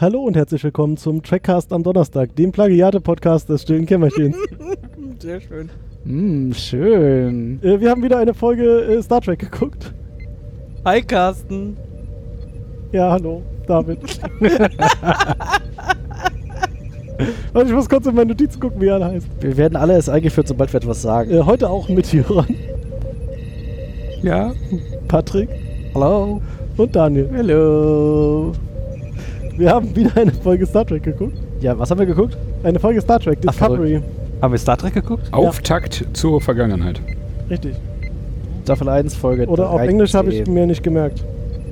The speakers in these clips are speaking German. Hallo und herzlich willkommen zum Trackcast am Donnerstag, dem Plagiate-Podcast des stillen Kämmerchens. Sehr schön. Mm, schön. äh, wir haben wieder eine Folge äh, Star Trek geguckt. Hi Carsten. Ja, hallo, David. Warte, Also ich muss kurz in meine Notizen gucken, wie er heißt. Wir werden alle erst eingeführt, sobald wir etwas sagen. Äh, heute auch mit Jöran, Ja. Patrick Hallo. und Daniel. Äh, Hallo. Wir haben wieder eine Folge Star Trek geguckt. Ja, was haben wir geguckt? Eine Folge Star Trek, Ach, verrückt. Discovery. Haben wir Star Trek geguckt? Auftakt zur Vergangenheit. Richtig. Staffel 1, Folge Oder auf 13. Englisch habe ich mir nicht gemerkt.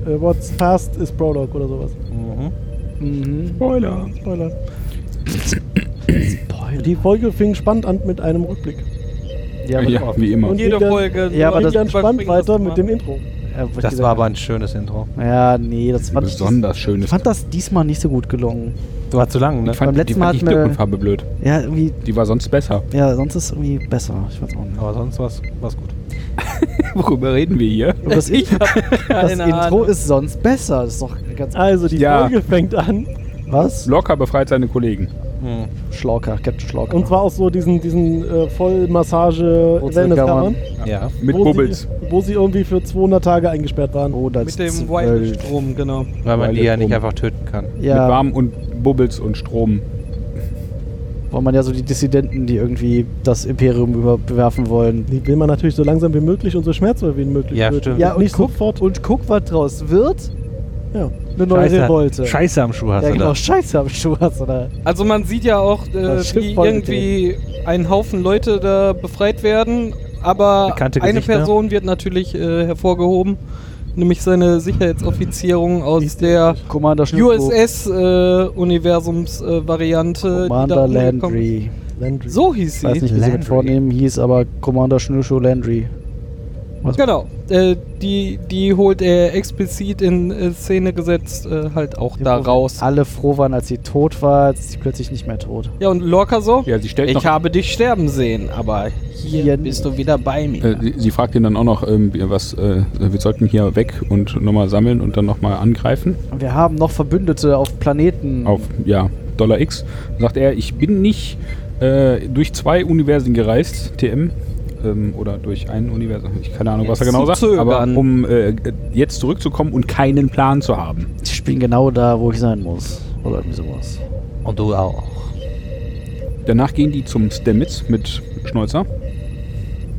Äh, What's fast is prologue oder sowas. Mhm. Spoiler. Spoiler. Die Folge fing spannend an mit einem Rückblick. Ja, Ja, aber ja. wie immer. Und Jede ging dann- Folge. Ja, aber Ging das- dann spannend überspringen das weiter mal. mit dem Intro. Das war aber ein schönes Intro. Ja, nee, das fand ich. Besonders schönes. Ich fand das diesmal nicht so gut gelungen. Du warst zu lang, ne? Ich fand beim die, letzten Mal fand die hatten wir- Hintergrundfarbe blöd. Ja, irgendwie. Die war sonst besser. Ja, sonst ist irgendwie besser. Ich weiß auch nicht. Aber sonst war es gut. Worüber reden wir hier? Und das, das keine Intro Ahnung. ist sonst besser. Das ist doch ganz. Also die Ja. Folge fängt an. Was? Locker befreit seine Kollegen. Schlauker, Captain Schlauker. Und zwar auch so diesen, diesen äh, vollmassage Wurzelkammern. wellness Ja. Mit Bubbles. Wo sie irgendwie für 200 Tage eingesperrt waren. Oh, das Mit dem zwölf. White-Strom, genau. Weil um man Weil die ja jetzt nicht oben- einfach töten kann. Ja. Mit Warm und Bubbles und Strom. Weil man ja so die Dissidenten, die irgendwie das Imperium überwerfen wollen. Die will man natürlich so langsam wie möglich und so schmerzvoll wie möglich Ja, töten. stimmt. Ja, und nicht guck, sofort. Und guck, was draus wird. ja. Eine neue Revolte. Scheiße am Schuh hast Ja, du genau. da. Scheiße am Schuh hast du da. Also man sieht ja auch, äh, Das stimmt wie voll mit irgendwie ein Haufen Leute da befreit werden, aber Bekannte eine Gesichter. Person wird natürlich äh, hervorgehoben, nämlich seine Sicherheitsoffizierung aus der Commander Schnurko. äh, äh, USS-Universums-Variante. Commander Landry. Landry. So hieß Ich sie. weiß nicht, wie sie mit Landry. Vornehmen hieß, aber Commander Schnürschuh Landry. Was? Genau. Äh, die, die holt er explizit in äh, Szene gesetzt, äh, halt auch da raus. Alle froh waren, als sie tot war, jetzt ist sie plötzlich nicht mehr tot. Ja, und Lorca so? Ja, sie stellt ich noch. habe dich sterben sehen, aber hier Hier bist du wieder bei mir. Äh, sie, sie fragt ihn dann auch noch, ähm, was, äh, wir sollten hier weg und nochmal sammeln und dann nochmal angreifen. Und Wir haben noch Verbündete auf Planeten. auf ja, Dollar X, sagt er, ich bin nicht äh, durch zwei Universen gereist, TM, ähm, oder durch ein Universum, ich keine Ahnung, was er Jetzt genau zu sagt, zögern. aber um äh, jetzt zurückzukommen und keinen Plan zu haben. Ich bin genau da, wo ich sein muss. Oder irgendwie sowas. Und du auch. Danach gehen die zum Stamets mit Schnäuzer,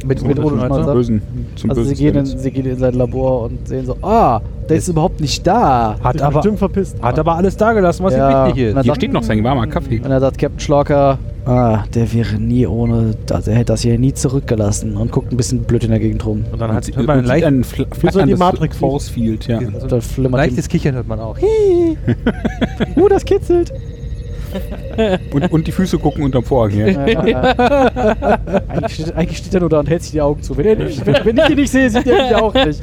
Mit, Zum bösen, zum Also bösen sie gehen, in, Stamets. sie gehen in sein Labor und sehen so, ah, der ist überhaupt nicht da. Hat Sich aber, bestimmt verpisst. hat aber alles da gelassen, was Ja, ihm wichtig na ist. dann- Hier steht noch sein warmer Kaffee. Und er sagt Captain Schlocker, ah, der wäre nie ohne, also er hätte das hier nie zurückgelassen und guckt ein bisschen blöd in der Gegend rum. Und dann hat, sie- hört man und ein, sieht leicht, ein fl- so die flackerndes Matrix. Force Field, ja. so Da ein flimmert leichtes Kichern hört man auch. dem- Uh, das kitzelt. Und, und die Füße gucken unterm Vorhang her. eigentlich, steht, eigentlich steht er nur da und hält sich die Augen zu. Wenn, er nicht, wenn, wenn ich ihn nicht sehe, sieht er mich auch nicht.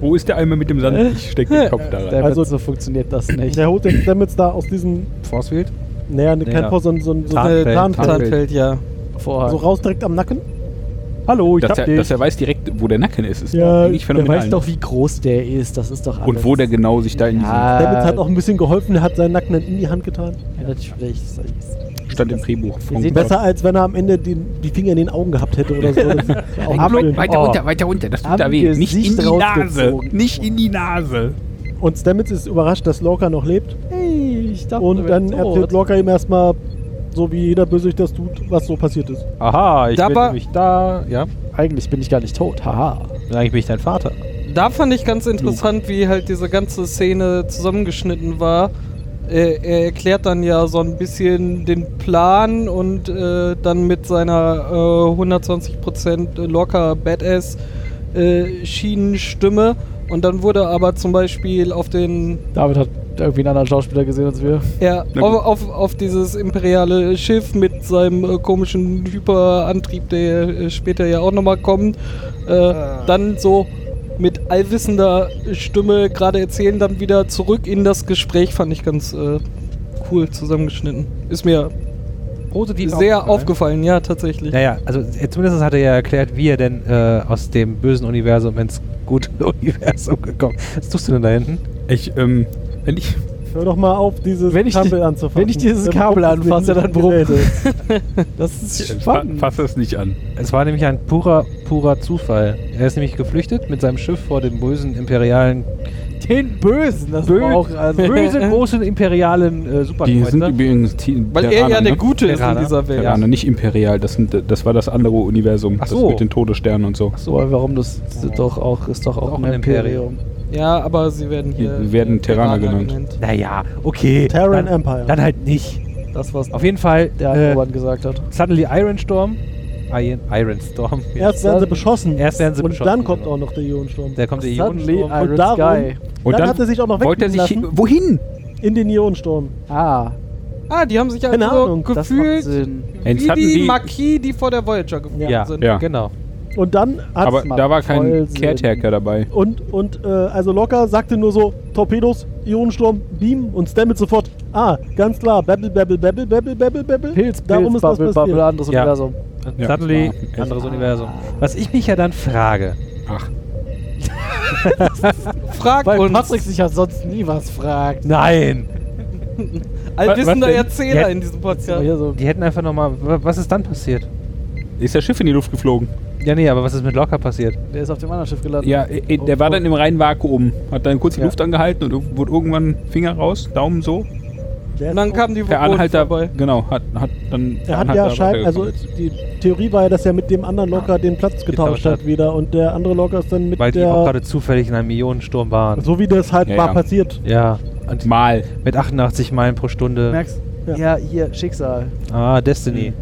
Wo ist der Eimer mit dem Sand? Ich stecke den Kopf da rein. Der Also- also so funktioniert das nicht. Der holt den Stamets da aus diesem, Forcefield? naja, ne, Nee, kein ja. Vor, sondern so ein so Tarnfeld, eine Tarnfeld. Tarnfeld. Tarnfeld, ja. Vorher. So raus direkt am Nacken. Hallo, ich Dass hab er, dass dich. er weiß direkt, wo der Nacken ist, ist Ja, eigentlich der phänomenal. weiß doch, wie groß der ist. Das ist doch alles. Und wo der genau sich da in Ja. Stamets hat auch ein bisschen geholfen, er hat seinen Nacken dann in die Hand getan. Ja, natürlich. diesem stand im Drehbuch. von seht Gott. Besser als wenn er am Ende die, die Finger in den Augen gehabt hätte oder so. Das ist ja auch schön. weiter runter, weiter runter, das tut Am da weh. Nicht in Gesicht die Nase. rausgezogen. Nicht in die Nase. Und Stamets ist überrascht, dass Lorca noch lebt. Hey, ich dachte, Und wir dann sind erzählt tot. Lorca ihm erstmal, so wie jeder Bösewicht das tut, was so passiert ist. Aha, ich Da bin war- nämlich da. Ja, Eigentlich bin ich gar nicht tot. Haha. eigentlich bin ich dein Vater. Da fand ich ganz interessant, wie halt diese ganze Szene zusammengeschnitten war. Äh, er erklärt dann ja so ein bisschen den Plan und äh, dann mit seiner äh, 120% locker Badass äh, Schienenstimme. Und dann wurde aber zum Beispiel auf den David hat irgendwie einen anderen Schauspieler gesehen als wir. ja, Na gut. auf, auf, auf dieses imperiale Schiff mit seinem äh, komischen Hyperantrieb, der äh, später ja auch nochmal kommt, äh, dann so mit allwissender Stimme gerade erzählen, dann wieder zurück in das Gespräch, fand ich ganz äh, cool zusammengeschnitten. Ist mir Positiv sehr aufgefallen, ja, tatsächlich. Naja, also äh, zumindest hat er ja erklärt, wie er denn äh, aus dem bösen Universum ins gute Universum gekommen ist. Was tust du denn da hinten? Ich, ähm, wenn ich, Hör doch mal auf, dieses Wenn ich Kabel die- anzufassen. wenn ich dieses Dann Kabel brummt es anfasse, neben dann dem brummt Gerät. Das ist Fa- spannend. Fass es nicht an. Es war nämlich ein purer, purer Zufall. Er ist nämlich geflüchtet mit seinem Schiff vor dem bösen imperialen, Den Bösen, das Bö war auch also böse großen imperialen äh, Die sind Superkreuzer. übrigens Te- Weil er Terraner, ja der ne? Gute ist in Terraner. dieser Welt. Terraner, nicht Imperial. Das, sind, das war das andere Universum. Ach das so. mit den Todessternen und so. So, aber warum das ist doch auch ist doch auch, Auch ein ein Imperium. Ja, aber sie werden hier. Die werden äh, Terraner genannt. Naja, okay. Terran dann, Empire. dann halt nicht. Das was Auf jeden Fall, der äh, Alkoban gesagt hat. suddenly Iron Storm. Iron, Iron Storm. Erst werden sie beschossen. Erst werden sie und beschossen, dann kommt genau. auch noch der Ionensturm. Da kommt der Suddenly Ionensturm. Iron Und darum- Sky. Dann hat er sich auch noch wollte er sich weglassen. hin- Wohin? In den Ionensturm. Ah, Ah, die haben sich also Keine Ahnung, das macht gefühlt Sinn. Jetzt wie hatten die, die- Marquis, die vor der Voyager geflogen Ja, sind. Ja. genau. Und dann hat Aber macht da war voll kein Sinn. Caretaker dabei. und, und äh, also Locker sagte nur so, Torpedos, Ionensturm, Beam und Stammet sofort. Ah, ganz klar, Babble, Babble, Babble, Babble, Babble, Babble. Pilz, Pilz, Darum ist das Bubble, passiert. Bubble, anderes Ja. Universum. Und Ja, suddenly das war echt- anderes Universum. Was ich mich ja dann frage, Ach, Frag Weil uns, Patrick sich ja sonst nie was fragt. nein, allwissender Was denn? Erzähler Ja. in diesem Aber Podcast. Hier so. die hätten einfach nochmal, was ist dann passiert? ist das Schiff in die Luft geflogen? Ja, nee, aber was ist mit Locker passiert? Der ist auf dem anderen Schiff gelandet. Ja, äh, äh, der war dann im reinen Vakuum. Hat dann kurz die Ja. Luft angehalten und wurde irgendwann Finger raus, Daumen so. Der Und ist dann auch- kam die Per Voyager Anhalter, vorbei. genau, hat, hat dann. Er hat Anhalter ja scheinbar, also weitergekommen. die Theorie war ja, dass er mit dem anderen Locker den Platz getauscht Getauscht hat hat. wieder und der andere Locker ist dann mit Weil die auch der, gerade zufällig in einem Ionensturm waren. so wie das halt Ja, mal ja. passiert. Ja, und Mal. mit 88 Meilen pro Stunde. Merkst Ja. ja. hier, Schicksal. Ah, Destiny.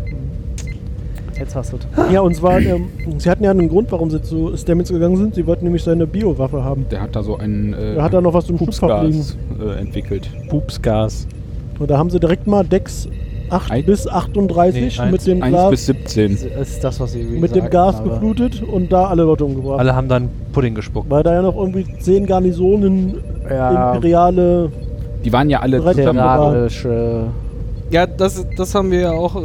Jetzt hast du es. Ja, und zwar, ähm, sie hatten ja einen Grund, warum sie zu Stamets gegangen sind. Sie wollten nämlich seine Biowaffe haben. Der hat da so einen. Äh, Da hat er noch was zum Schubfach liegen. Pupsgas äh, entwickelt. Pupsgas. Und da haben sie direkt mal Decks 8 Ein- bis 38 Nee, eins- mit dem 1 Glas, bis 17. Das ist das, was sie mit dem Gas geflutet und da alle Leute umgebracht. Alle haben dann Pudding gespuckt. Weil da ja noch irgendwie 10 Garnisonen, Ja, imperiale, Die waren ja alle Drei zusammen. Terraner. terranische. Ja, das, das haben wir ja auch äh,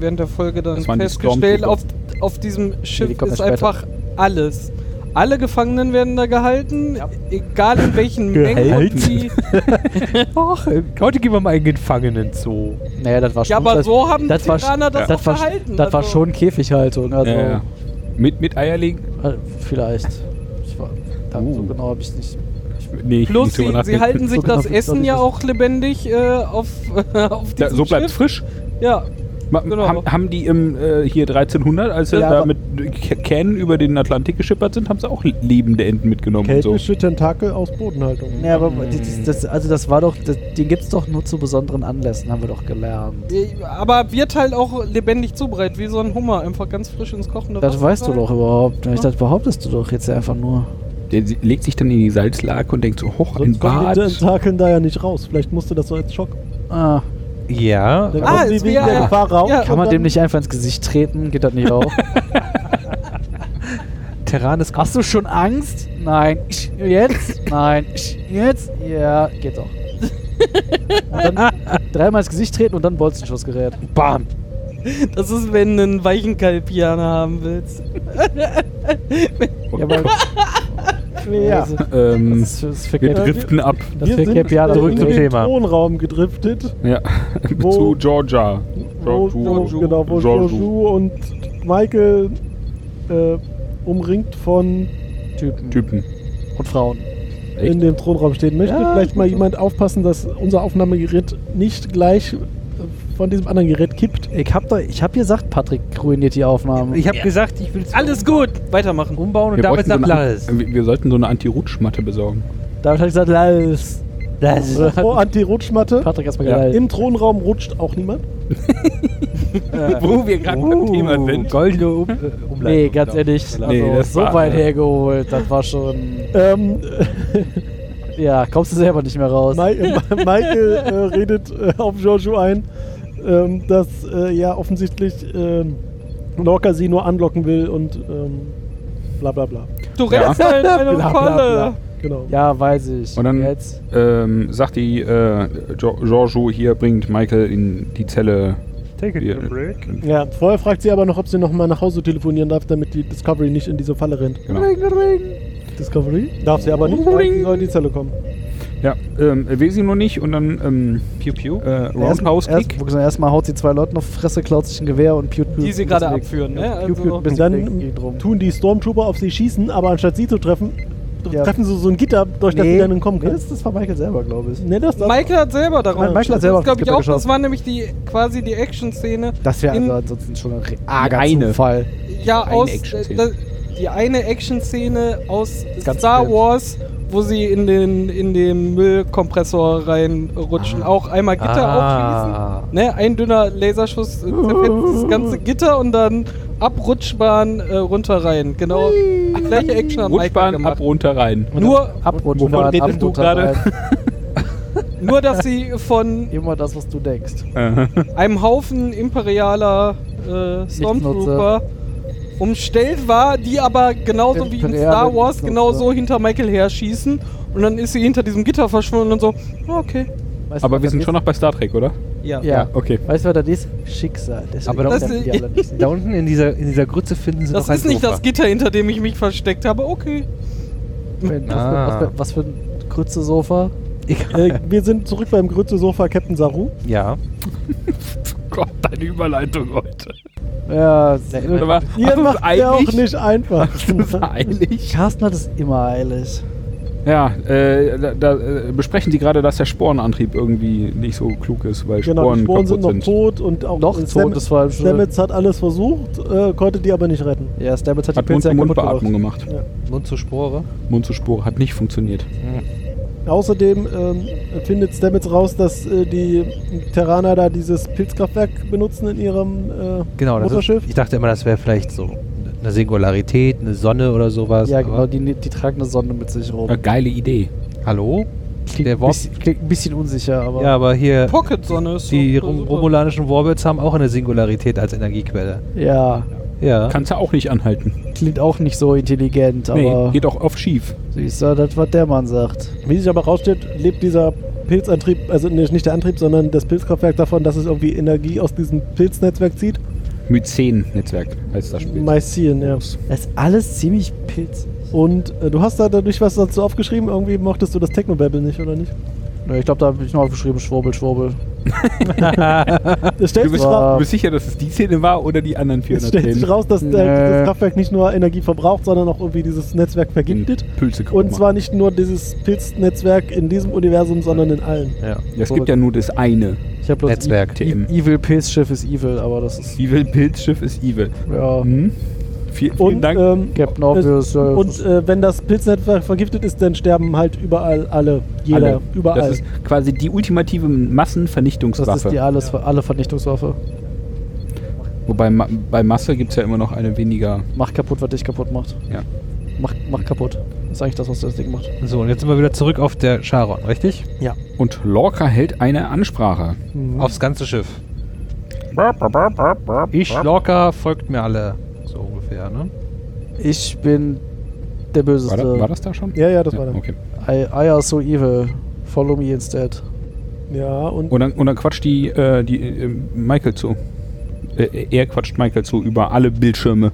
während der Folge dann Das waren die festgestellt. Stormtrooper. Auf, auf diesem Schiff die kommen ist ja später. einfach alles. Alle Gefangenen werden da gehalten, Ja. egal in welchen Mengen. Gehalten? und die- Ach, äh, heute gehen wir mal in den Gefangenen Zoo. Naja, das war schon. Ja, aber das, so haben die das war, Iraner das das auch war, verhalten. Das war Also- schon Käfighaltung. Also, Ja, ja. Mit, mit Eierlegen? äh, vielleicht. Ich war, da, So Uh. genau habe ich nicht. Nee, ich Plus, muss drüber sie, sie nachdenken. halten sich So genau das will's doch Essen nicht ja wissen. auch lebendig äh, auf, auf Da, diesem so bleibt Schiff. frisch. Ja, Ma, Genau. haben, haben die im äh, hier 1300, als sie Ja, da aber- mit K- Kähnen über den Atlantik geschippert sind, haben sie auch lebende Enten mitgenommen und so. keltische Tentakel aus Bodenhaltung. Naja, aber das, das, also das war doch. Das, den gibt's doch nur zu besonderen Anlässen, haben wir doch gelernt. aber wird halt auch lebendig zubereitet, wie so ein Hummer, einfach ganz frisch ins kochende Das Wasser weißt du rein. doch überhaupt nicht. Das behauptest du doch jetzt ja einfach nur. Der sie- legt sich dann in die Salzlake und denkt so, hoch, ein Sonst kommen Bad. die Tentakeln da ja nicht raus. Vielleicht musste das so als Schock. Ah, Ja. Dann Ah, kommen die es wegen wäre- der Gefahr raus. ja. kann man dem nicht einfach ins Gesicht treten? Geht das nicht auch? Terran ist Hast du schon Angst? Nein. Jetzt? Nein. Jetzt? Ja, geht doch. Und dann dreimal ins Gesicht treten und dann Bolzenschussgerät. Bam. Das ist, wenn du einen weichen Kalpianer haben willst. Oh Ja, aber- Gott. Ja. Also, ähm, das ist, das ist für wir Cap- driften ab. das ist für Capiana zurück in zum den Thema. Thronraum gedriftet, Ja, Wo- zu Georgia. wo, wo, Georgiou. genau, wo Georgiou. Joju und Michael äh, umringt von Typen. Typen. Und Frauen. Echt? in dem Thronraum stehen. Möchte Ja, vielleicht mal gut. jemand aufpassen, dass unser Aufnahmegerät nicht gleich äh, von diesem anderen Gerät kippt. Ich hab, doch, ich hab gesagt, Patrick ruiniert die Aufnahme. Ich habe gesagt, ich will Alles gut, weitermachen. Um umbauen und Wir, damit bräuchten so nach eine, Lares. An- wir, wir sollten so eine Anti-Rutschmatte besorgen. Damit hab ich gesagt, Lals. Das ist- Oh, Anti-Rutschmatte. Patrick erstmal Ja. geleilt. Im Thronraum rutscht auch niemand. Wo wir gerade beim Thema sind. Uh, Goldene um äh, Umleitung. Nee, ganz ehrlich, also, genau. Nee, das so war- weit hergeholt, das war schon. Ähm, Ja, kommst du selber nicht mehr raus. Mi äh, Michael äh, redet äh, auf Jojo ein, ähm, dass äh, ja offensichtlich ähm, Lorca sie nur anlocken will und ähm, bla bla bla. Du rennst Ja. halt eine Bla, bla, Falle. Genau. Ja, weiß ich. Und dann- Jetzt. Ähm, sagt die äh, Jo- Giorgio hier, bringt Michael in die Zelle. genau. Take it, it, a break. Ja, vorher fragt sie aber noch, ob sie noch mal nach Hause telefonieren darf, damit die Discovery nicht in diese Falle rennt. Genau. Discovery? Darf sie aber nicht, weil sie soll in die Zelle kommen. Ja, ähm, er will sie nur nicht und dann ähm, Piu Piu. äh, Roundhouse-Kick. Erst, erstmal haut sie zwei Leuten auf die Fresse, klaut sich ein Gewehr und piut piut. Die sie gerade abführen, ne? Piut, piut, Also- bis Und dann tun die Stormtrooper auf sie schießen, aber anstatt sie zu treffen, Ja. treffen sie so ein Gitter, durch das sie dann entkommen nee, können. das, das war Michael selber, glaube ich. Nee, das, das, Michael hat selber darum. Michael hat selber das glaube ich auf Twitter auch. geschaut. Das war nämlich die quasi die Action-Szene. Das wäre in- also ansonsten schon ein arger Eine. Zufall. Ja, eine aus Action-Szene. äh, da- die eine Action-Szene aus ganze Star Film. Wars, wo sie in den in den Müllkompressor Ah. reinrutschen, auch einmal Gitter Ah. aufschließen. Ne, ein dünner Laserschuss äh, zerfetzt das ganze Gitter und dann abrutschbaren äh, runter rein. Genau. Gleiche Action haben Michael Rutschbahn ab gemacht. runter rein. Nur, Abrutschen. halt Wovon Rad, redest du Abrutschen, gerade? Rad. nur, dass sie von Immer das, was du denkst. Äh, einem Haufen imperialer äh, Stormtrooper umstellt war, die aber genauso wie in Imperiale Star Wars Nichtsnutzer. genauso hinter Michael her schießen und dann ist sie hinter diesem Gitter verschwunden und so, "Ah, okay. Weißt du, aber was wir das sind schon ist? noch bei Star Trek, oder? Ja. Ja. okay. Weißt du, was das ist? Schicksal. Deswegen Aber da- treffen Das- die alle nicht. Da unten in dieser, in dieser Grütze finden sie Das noch ist nicht das Gift. Gitter, hinter dem ich mich versteckt habe, okay. Moment, was, Ah. für, was, für, was für ein Grütze-Sofa? äh, wir sind zurück beim Grütze-Sofa Captain Saru. Ja. Gott, deine Überleitung heute. Ja, Aber Ihr hast du's macht ja auch nicht einfach. Hast du's eilig? Carsten hat es immer eilig. Ja, äh, da, da äh, besprechen die gerade, dass der Sporenantrieb irgendwie nicht so klug ist, weil genau, die Sporen, Sporen sind noch kaputt sind. tot und auch äh, Noch tot, das war schon- Stamets hat alles versucht, äh, konnte die aber nicht retten. Ja, Stamets hat, Hat die Pilze ja kaputt Mund-zu-Mund-Beatmung gemacht. gemacht. Mund zu Spore. Mund zu Spore hat nicht funktioniert. Außerdem ähm, findet Stamets raus, dass äh, die Terraner da dieses Pilzkraftwerk benutzen in ihrem äh, Genau, das ist, Mutterschiff. ich dachte immer, das wäre vielleicht so eine Singularität, eine Sonne oder sowas. Ja, genau, aber- die, die tragen eine Sonne mit sich rum. Äh, geile Idee. Hallo? Klingt, der ein Warp- bisschen, klingt ein bisschen unsicher, aber. genau. Ja, aber hier Pocket Sonne ist die so- Rum super. romulanischen Warbirds haben auch eine Singularität als Energiequelle. Ja, Ja. Kannst du auch nicht anhalten. klingt auch nicht so intelligent, Nee, aber. geht auch oft schief. Siehst du, das, was der Mann sagt. Wie sich aber rausstellt, lebt dieser Pilzantrieb, also nee, nicht der Antrieb, sondern das Pilzkraftwerk davon, dass es irgendwie Energie aus diesem Pilznetzwerk zieht. Myzen-Netzwerk heißt das Spiel. Mycen, ja. Das ist alles ziemlich pilzig. Und äh, du hast da dadurch was dazu aufgeschrieben, irgendwie mochtest du das Technobabble nicht, oder nicht? Ne, Ich glaube, da habe ich noch aufgeschrieben: Schwurbel, Schwurbel. Es stellt, Du sich, bist, ra du bist sicher, dass es die Szene war oder die anderen es stellt sich 410? raus, dass der, Nee. das Kraftwerk nicht nur Energie verbraucht, sondern auch irgendwie dieses Netzwerk vergiftet. Pilze kaputt Und zwar nicht nur dieses Pilznetzwerk in diesem Universum, sondern in allen. ja. machen. Es gibt ja nur das eine. Ich habe bloß. Netzwerk. E TM. Evil Pilzschiff ist evil, aber das ist. Evil Pilzschiff ist evil. Ja. Hm? Viel, vielen Und, Dank. ähm, Captain es, Obvious. ja, und äh, wenn das Pilznetzwerk vergiftet ist, dann sterben halt überall alle. Jeder, Alle. überall. Das ist quasi die ultimative Massenvernichtungswaffe. das ist die alles, alle Vernichtungswaffe. Wobei ma bei Masse gibt es ja immer noch eine weniger. Mach kaputt, was dich kaputt macht. Ja. Mach, mach kaputt. Das ist eigentlich das, was das Ding macht. So, und jetzt sind wir wieder zurück auf der Charon, richtig? Und Lorca hält eine Ansprache. Mhm. Mhm. Aufs ganze Schiff. Ich, Lorca, folgt mir alle. So ungefähr, ne? Ich bin der War, Böseste. da, war das da schon? ja, ja, das war dann. okay. I, I are so evil. Follow me instead. Ja, und Und dann, und dann quatscht die, äh, die äh, Michael zu. Äh, er quatscht Michael zu über alle Bildschirme,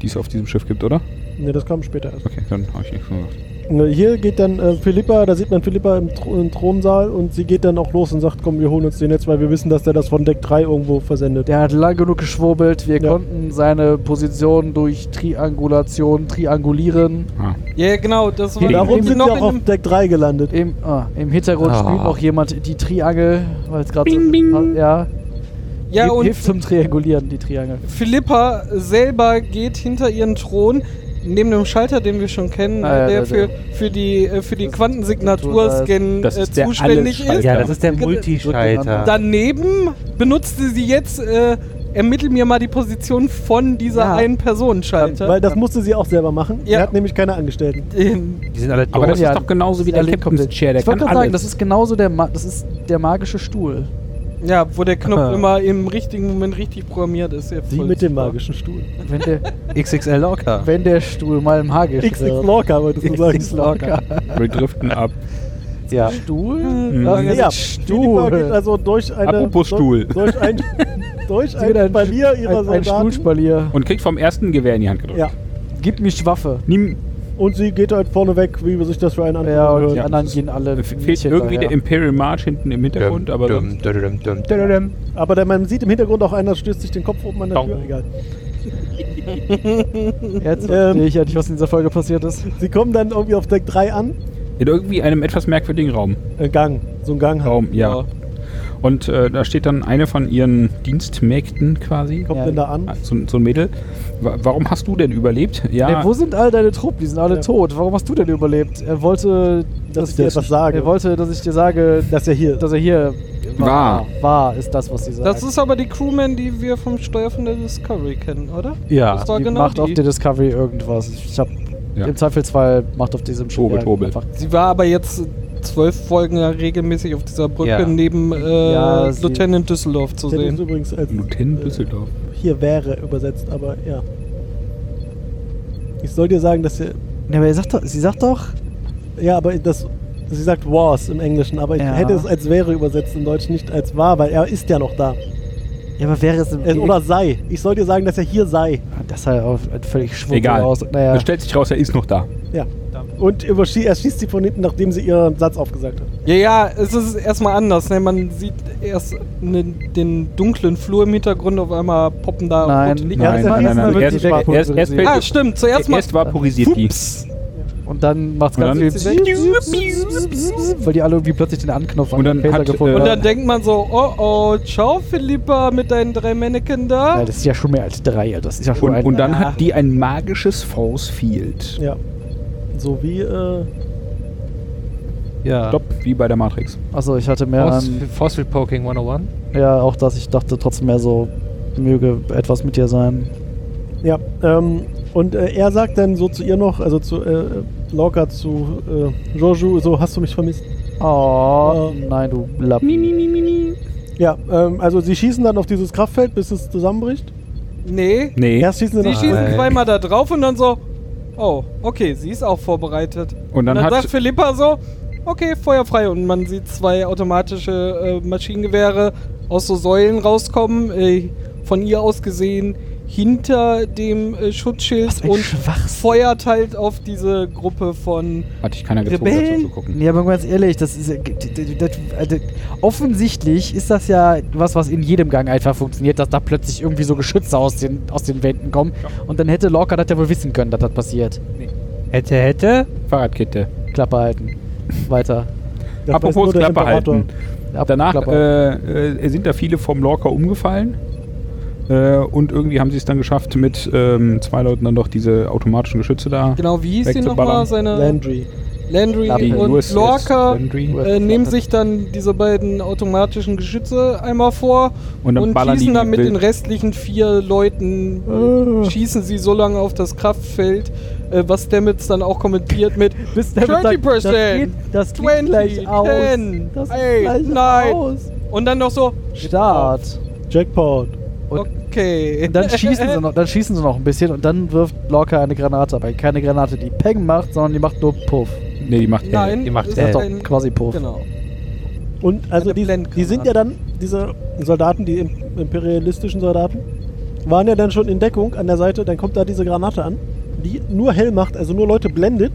die es auf diesem Schiff gibt, oder? ne, das kam später erst. Okay, dann habe ich nichts mehr gesagt. Ne, Hier geht dann äh, Philippa, da sieht man Philippa im, Thro im Thronsaal und sie geht dann auch los und sagt, komm, wir holen uns den jetzt, weil wir wissen, dass der das von Deck 3 irgendwo versendet. Der hat lang genug geschwurbelt. Wir Ja. konnten seine Position durch Triangulation triangulieren. Ah. Ja, genau, das war Und darum die sind wir noch auch auf in Deck 3 gelandet. Im, ah, im Hintergrund Ah. spielt noch jemand die Triangel, weil es gerade so, bing. ja, einem, ja, Hilf- und hilft zum Triangulieren die Triangel. Philippa selber geht hinter ihren Thron neben dem Schalter, den wir schon kennen, Ah, ja, der da- für, für die äh, für die Das- Quantensignatur scan Das äh, ist der zuständig Alles-Schalter. ist. Ja, das ist der Multischalter. Daneben benutzte sie jetzt äh, ermittel mir mal die Position von dieser Ja. einen Person Schalter. Weil das musste sie auch selber machen. Ja. Er hat nämlich keine Angestellten. Ähm, Die sind alle Aber doof. das ja, ist doch genauso wie Ja, der link Captain's komplett. Chair. Der ich wollte kann gerade alles. sagen, das ist genauso der, Ma das ist der magische Stuhl. ja, wo der Knopf Ah. immer im richtigen Moment richtig programmiert ist. Ja, Sie voll mit dem super. magischen Stuhl. Wenn der, XXL Lorca. wenn der Stuhl mal magisch XX wird. Lorca, würdest du sagen. XX Locker. Wir driften ab. Ja. Stuhl? Mhm. Das ist Hm. Ja, Philippa ein geht Stuhl. also durch eine... Apropos durch- Stuhl. Durch ein, durch Sie wird ein Spalier ihrer ein, ein Soldaten. Stuhlspalier. Und kriegt vom ersten Gewehr in die Hand gedrückt. ja. Gib mir Schwaffe. Nimm, Und sie geht halt vorne weg, wie sich das für einen anderen Ja, und anhört. die Ja, anderen das ist- gehen alle. Fe- Äh, Fehlt Mädchen irgendwie der daher. Imperial March hinten im Hintergrund, aber sonst- dum, dum, dum, dum, dum. Aber der, man sieht im Hintergrund auch einer, stößt sich den Kopf oben an der Dong. Tür. Egal. Jetzt Ähm, verstehe ich ja nicht, was in dieser Folge passiert ist. Sie kommen dann irgendwie auf Deck 3 an. in irgendwie einem etwas merkwürdigen Raum. Äh, Gang, so ein Gang halt. Raum, ja. Und äh, da steht dann eine von ihren Dienstmägden quasi. Kommt Ja. denn da an? Ah, So, ein- so ein Mädel. Wa- Warum hast du denn überlebt? Ja, Ey, wo sind all deine Truppen? Die sind alle Ja. tot. Warum hast du denn überlebt? Er wollte, Dass ich dir etwas sage. Er wollte, dass ich dir sage, dass, Dass er hier. dass er hier War. War ist das, was sie sagt. Das ist aber die Crewman, die wir vom Steuer von der Discovery kennen, oder? Ja. Das war die genau macht auf die. der Discovery irgendwas. Ich hab Ja. im Zweifelsfall macht auf diesem Tobel, Ja, Tobel. einfach- Sie war aber jetzt zwölf Folgen ja regelmäßig auf dieser Brücke Ja. neben äh, Ja, sie- Lieutenant Düsseldorf zu der ist sehen. übrigens als Lieutenant äh, Düsseldorf. hier wäre übersetzt, aber ja. Ich soll dir sagen, dass er. Ne, aber er sagt doch, sie sagt doch, Ja, aber das. Sie sagt was im Englischen, aber ich Ja. hätte es als wäre übersetzt im Deutschen, nicht als war, weil er ist ja noch da. ja, aber wäre es im Er, oder sei. Ich soll dir sagen, dass er hier sei. das sah ja auch völlig schwupp Egal. aus. Naja, Es stellt sich raus, er ist noch da. Ja. Und überschie er schießt sie von hinten, nachdem sie ihren Satz aufgesagt hat. Ja, ja, es ist erstmal anders. Ne? Man sieht erst ne, den dunklen Flur im Hintergrund, auf einmal poppen da Nein. rote Lichter. Ja, Nein, nein, nein, nein. diesmal Erst, wird erst, die erst, erst, Schwafel Ah, stimmt, zuerst mal. erst vaporisiert die. und dann macht's Und ganz dann- viel, weil die alle irgendwie plötzlich den Anknopf Und dann den Phaser hat, gefunden äh, Und haben. dann denkt man so, oh oh, ciao Philippa mit deinen drei Männchen da. Ja, das ist ja schon mehr als drei, das ist ja schon Und, ein, und dann hat die ein magisches Force Field. Ja. So wie, äh, Ja. Stopp, wie bei der Matrix. Achso, ich hatte mehr Force, an, Fossil Poking 101. ja auch das, ich dachte trotzdem mehr so, möge etwas mit dir sein. ja. Ähm, und äh, er sagt dann so zu ihr noch, also zu äh, Lorca, zu äh, Joju, so hast du mich vermisst. Oh, nein, du Lappen. Ja, ähm, also sie schießen dann auf dieses Kraftfeld, bis es zusammenbricht. Nee. Nee. Erst schießen sie, Sie nach schießen Nein. zweimal da drauf und dann so, oh, okay, sie ist auch vorbereitet. Und dann, und dann hat. sagt Philippa so, okay, Feuer frei. Und man sieht zwei automatische äh, Maschinengewehre aus so Säulen rauskommen. Äh, von ihr aus gesehen hinter dem äh, Schutzschild und feuert halt auf diese Gruppe von. Hatte ich keiner gezogen, Rebellen? dazu zu gucken. Nee, aber ganz ehrlich, das ist. Das, also, offensichtlich ist das ja was, was in jedem Gang einfach funktioniert, dass da plötzlich irgendwie so Geschütze aus den, aus den Wänden kommen. Und dann hätte Lorca das ja wohl wissen können, dass das passiert. Hätte, hätte. Fahrradkette. Klappe halten. Weiter. Das weiß nur Apropos der Klappe Imperator. halten. Ab- Danach Klappe. äh, äh, sind da viele vom Lorca umgefallen. Äh, und irgendwie haben sie es dann geschafft, mit ähm, zwei Leuten dann doch diese automatischen Geschütze da. Genau, wie hieß die Wegzuballern. nochmal? Seine Landry. Landry Die und USS Lorca. Landry. US Äh, nehmen Klappe. sich dann diese beiden automatischen Geschütze einmal vor Und dann und ballern die schießen dann mit wild. den restlichen vier Leuten, Ah. schießen sie so lange auf das Kraftfeld, äh, was Stamets dann auch kommentiert mit Bis der mit 30%, sagt, das geht, das geht 20, gleich aus. 10, das geht 8, gleich 9 aus. und dann noch so, Start. Jackpot. okay. Und dann schießen, sie noch, dann schießen sie noch ein bisschen und dann wirft Lorca eine Granate. Aber keine Granate, die Peng macht, sondern die macht nur Puff. Äh, Nee, die Äh, macht Nein, Die macht es ist L. ein- Quasi Puff. Äh. Genau. Und also Eine die, Blendgranate. die sind ja dann, diese Soldaten, die im- imperialistischen Soldaten, waren ja dann schon in Deckung an der Seite, dann kommt da diese Granate an, die nur hell macht, also nur Leute blendet,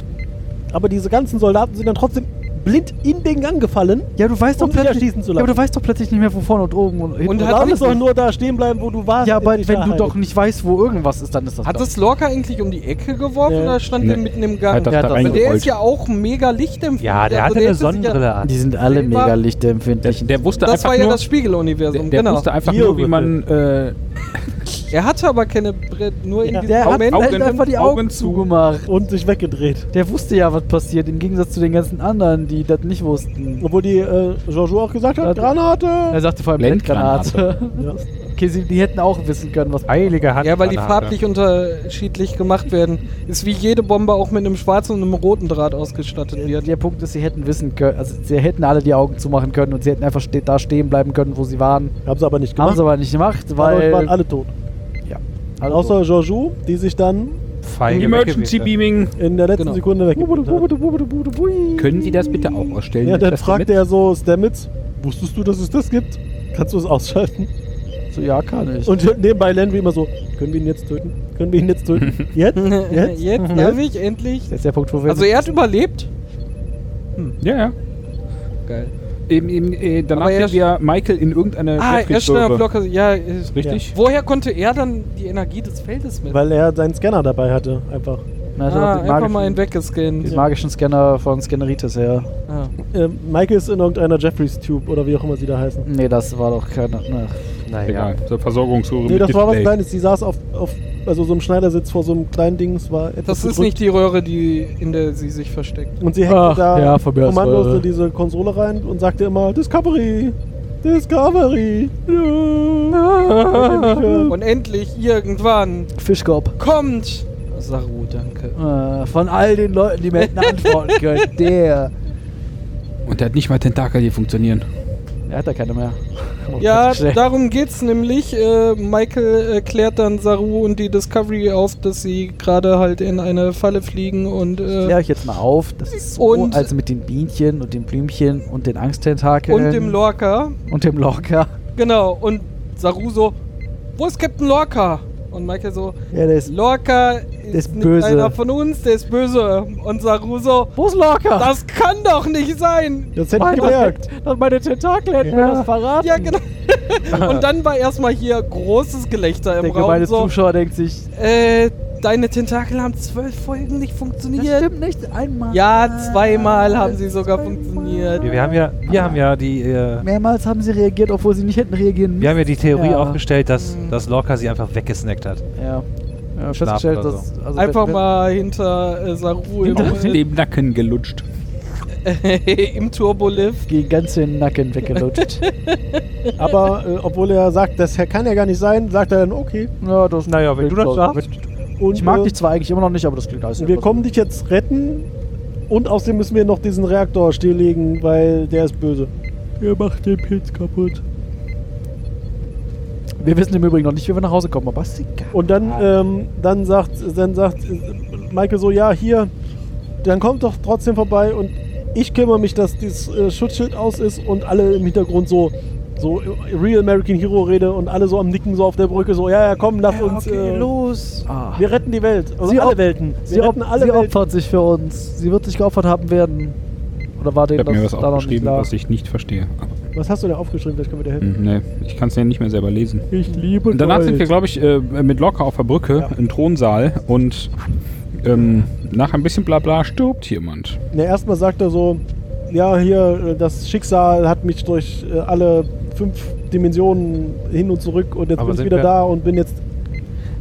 aber diese ganzen Soldaten sind dann trotzdem blind in den Gang gefallen. Ja, du weißt Um doch sich plötzlich, erschießen zu ja, aber du lassen. weißt doch plötzlich nicht mehr, wo vorne und oben und hinten Und Du hat darfst richtig- doch nur da stehen bleiben, wo du warst. Ja, aber in wenn du Sicherheit. doch nicht weißt, wo irgendwas ist, dann ist das Hat doch- es Lorca eigentlich um die Ecke geworfen Nee. oder stand Nee. der mitten im er. Hat Gang? das Ja, da das- Aber der ist reingerollt. ja auch mega lichtempfindlich. Ja, der Also hatte eine hätte sich ja- Sonnenbrille an. Die sind alle Selber- mega Der, lichtempfindlich. der wusste Das einfach war ja nur, das der, Spiegeluniversum, der genau. wusste einfach Hier nur, wie wird man äh, Er hatte aber keine Brille, nur in Ja, diesem Der hat Moment. Augen- halt einfach die Augen, Augen zu. zugemacht. Und sich weggedreht. Der wusste ja, was passiert, im Gegensatz zu den ganzen anderen, die das nicht wussten. Obwohl die äh, Jojo auch gesagt hat, Ja, Granate! Er sagte vor allem Blendgranate. Blendgranate. Ja. okay, sie, die hätten auch wissen können, was Heilige Hand. ja, weil die farblich unterschiedlich gemacht werden. Ist wie jede Bombe auch mit einem schwarzen und einem roten Draht ausgestattet Ja, wird. der Punkt ist, sie hätten wissen können, also sie hätten alle die Augen zumachen können und sie hätten einfach ste da stehen bleiben können, wo sie waren. Haben sie aber nicht Haben gemacht. sie aber nicht gemacht, Dadurch weil. Also, waren alle tot. alle Außer Jojo, die sich dann Feige Emergency Beaming. in der letzten Genau. Sekunde weggebeamt hat. Können Sie das bitte auch ausstellen? Ja, dann dass fragt damit- er so Stamets, wusstest du, dass es das gibt? Kannst du es ausschalten? so, ja, kann ich. Und nebenbei Landry immer so, Können wir ihn jetzt töten? Können wir ihn jetzt töten? Jetzt? Jetzt? Jetzt Mhm. darf ich endlich. Das ist der Punkt, wo wir. Also er hat überlebt. Ja, ja. Geil. Eben, eben, äh, danach Aber er sehen wir Michael in irgendeine Ah, er ist schneller Petri-Röhre. Blocker. Ja, ist Richtig? Woher konnte er dann die Energie des Feldes mit? Weil er seinen Scanner dabei hatte, einfach. Na, das hat ah, den einfach magischen- mal einen weggescannt. Den magischen Scanner von Scanneritis her. Ah. Ähm, Michael ist in irgendeiner Jeffreys Tube oder wie auch immer sie da heißen. Nee, das war doch keine. ne. Na, Naja. Egal. Ja. Versorgungssuche Nee, das war was Display. Kleines. Die saß auf, auf also so einem Schneidersitz vor so einem kleinen Ding. Es war etwas Das ist gedrückt. nicht die Röhre, die, in der sie sich versteckt. Und sie hackte Ach, da ja, von mir aus, kommandos äh, in diese Konsole rein und sagte immer Discovery, Discovery. Und endlich, irgendwann, Fischkopf. kommt Saru, danke. Äh, von all den Leuten, die mir hätten antworten können. Der. Und der hat nicht mal Tentakel hier funktionieren. Er hat da keine mehr. Oh, Ja, Schlecht. darum geht's nämlich. Äh, Michael äh, klärt dann Saru und die Discovery auf, dass sie gerade halt in eine Falle fliegen und, äh, Klär euch jetzt mal auf. Das ist so, Und- also mit den Bienchen und den Blümchen und den Angsttentakeln. und dem Lorca. Und dem Lorca. Genau, und Saru so, wo ist Captain Lorca? Und Michael so, Ja, der ist. Lorca ist, ist nicht böse. einer von uns, der ist böse. Und Saru so, Wo ist Lorca? das kann doch nicht sein. Das hätte ich gemerkt. Dass meine Tentakel hätten mir Ja. das verraten. Ja, genau. Und dann war erstmal hier großes Gelächter im Der Raum. gemeine So, Zuschauer denkt sich, äh, deine Tentakel haben zwölf Folgen nicht das funktioniert. stimmt nicht einmal. Ja, zweimal haben sie Das sogar zweimal. funktioniert. Wir, wir haben ja, wir haben ja die, äh, Mehrmals haben sie reagiert, obwohl sie nicht hätten reagieren müssen. wir haben ja die Theorie Ja. aufgestellt, dass, Mhm. dass Lorca sie einfach weggesnackt hat. Ja. ja festgestellt, oder dass. Also Einfach wenn- mal hinter äh, Saru im, Auf dem Nacken gelutscht. im Turbolift. Gegen ganz den Nacken weggelutscht. Aber äh, obwohl er sagt, das kann ja gar nicht sein, sagt er dann okay. ja, das Naja, wenn du das sagst. Und, Ich mag äh, dich zwar eigentlich immer noch nicht, aber das klingt alles Wir kommen dich jetzt retten und außerdem müssen wir noch diesen Reaktor stilllegen, weil der ist böse. Er macht den Pilz kaputt. Wir wissen im Übrigen noch nicht, wie wir nach Hause kommen, aber es ist egal. Und dann, ähm, dann sagt, dann sagt äh, Michael so, ja, hier, dann kommt doch trotzdem vorbei und ich kümmere mich, dass dieses äh, Schutzschild aus ist und alle im Hintergrund so, so Real American Hero Rede und alle so am Nicken, so auf der Brücke, so, ja, ja, komm, lass uns. äh, los. Wir retten die Welt. Also Sie alle op- Welten. Wir sie op retten alle sie Welten. opfert sich für uns. Sie wird sich geopfert haben werden. Oder war Ich denen habe mir das was da noch nicht aufgeschrieben, klar? was ich nicht verstehe. Aber, Was hast du da aufgeschrieben? Vielleicht können wir dir helfen. hm, nee, ich kann es ja nicht mehr selber lesen. Ich liebe Mhm. Und danach sind wir, glaube ich, äh, mit Locker auf der Brücke Ja. im Thronsaal und ähm, nach ein bisschen Blabla stirbt jemand. Na, erstmal sagt er so, ja, hier, äh, das Schicksal hat mich durch äh, alle fünf Dimensionen hin und zurück und jetzt Aber bin ich sind wieder wir- da und bin jetzt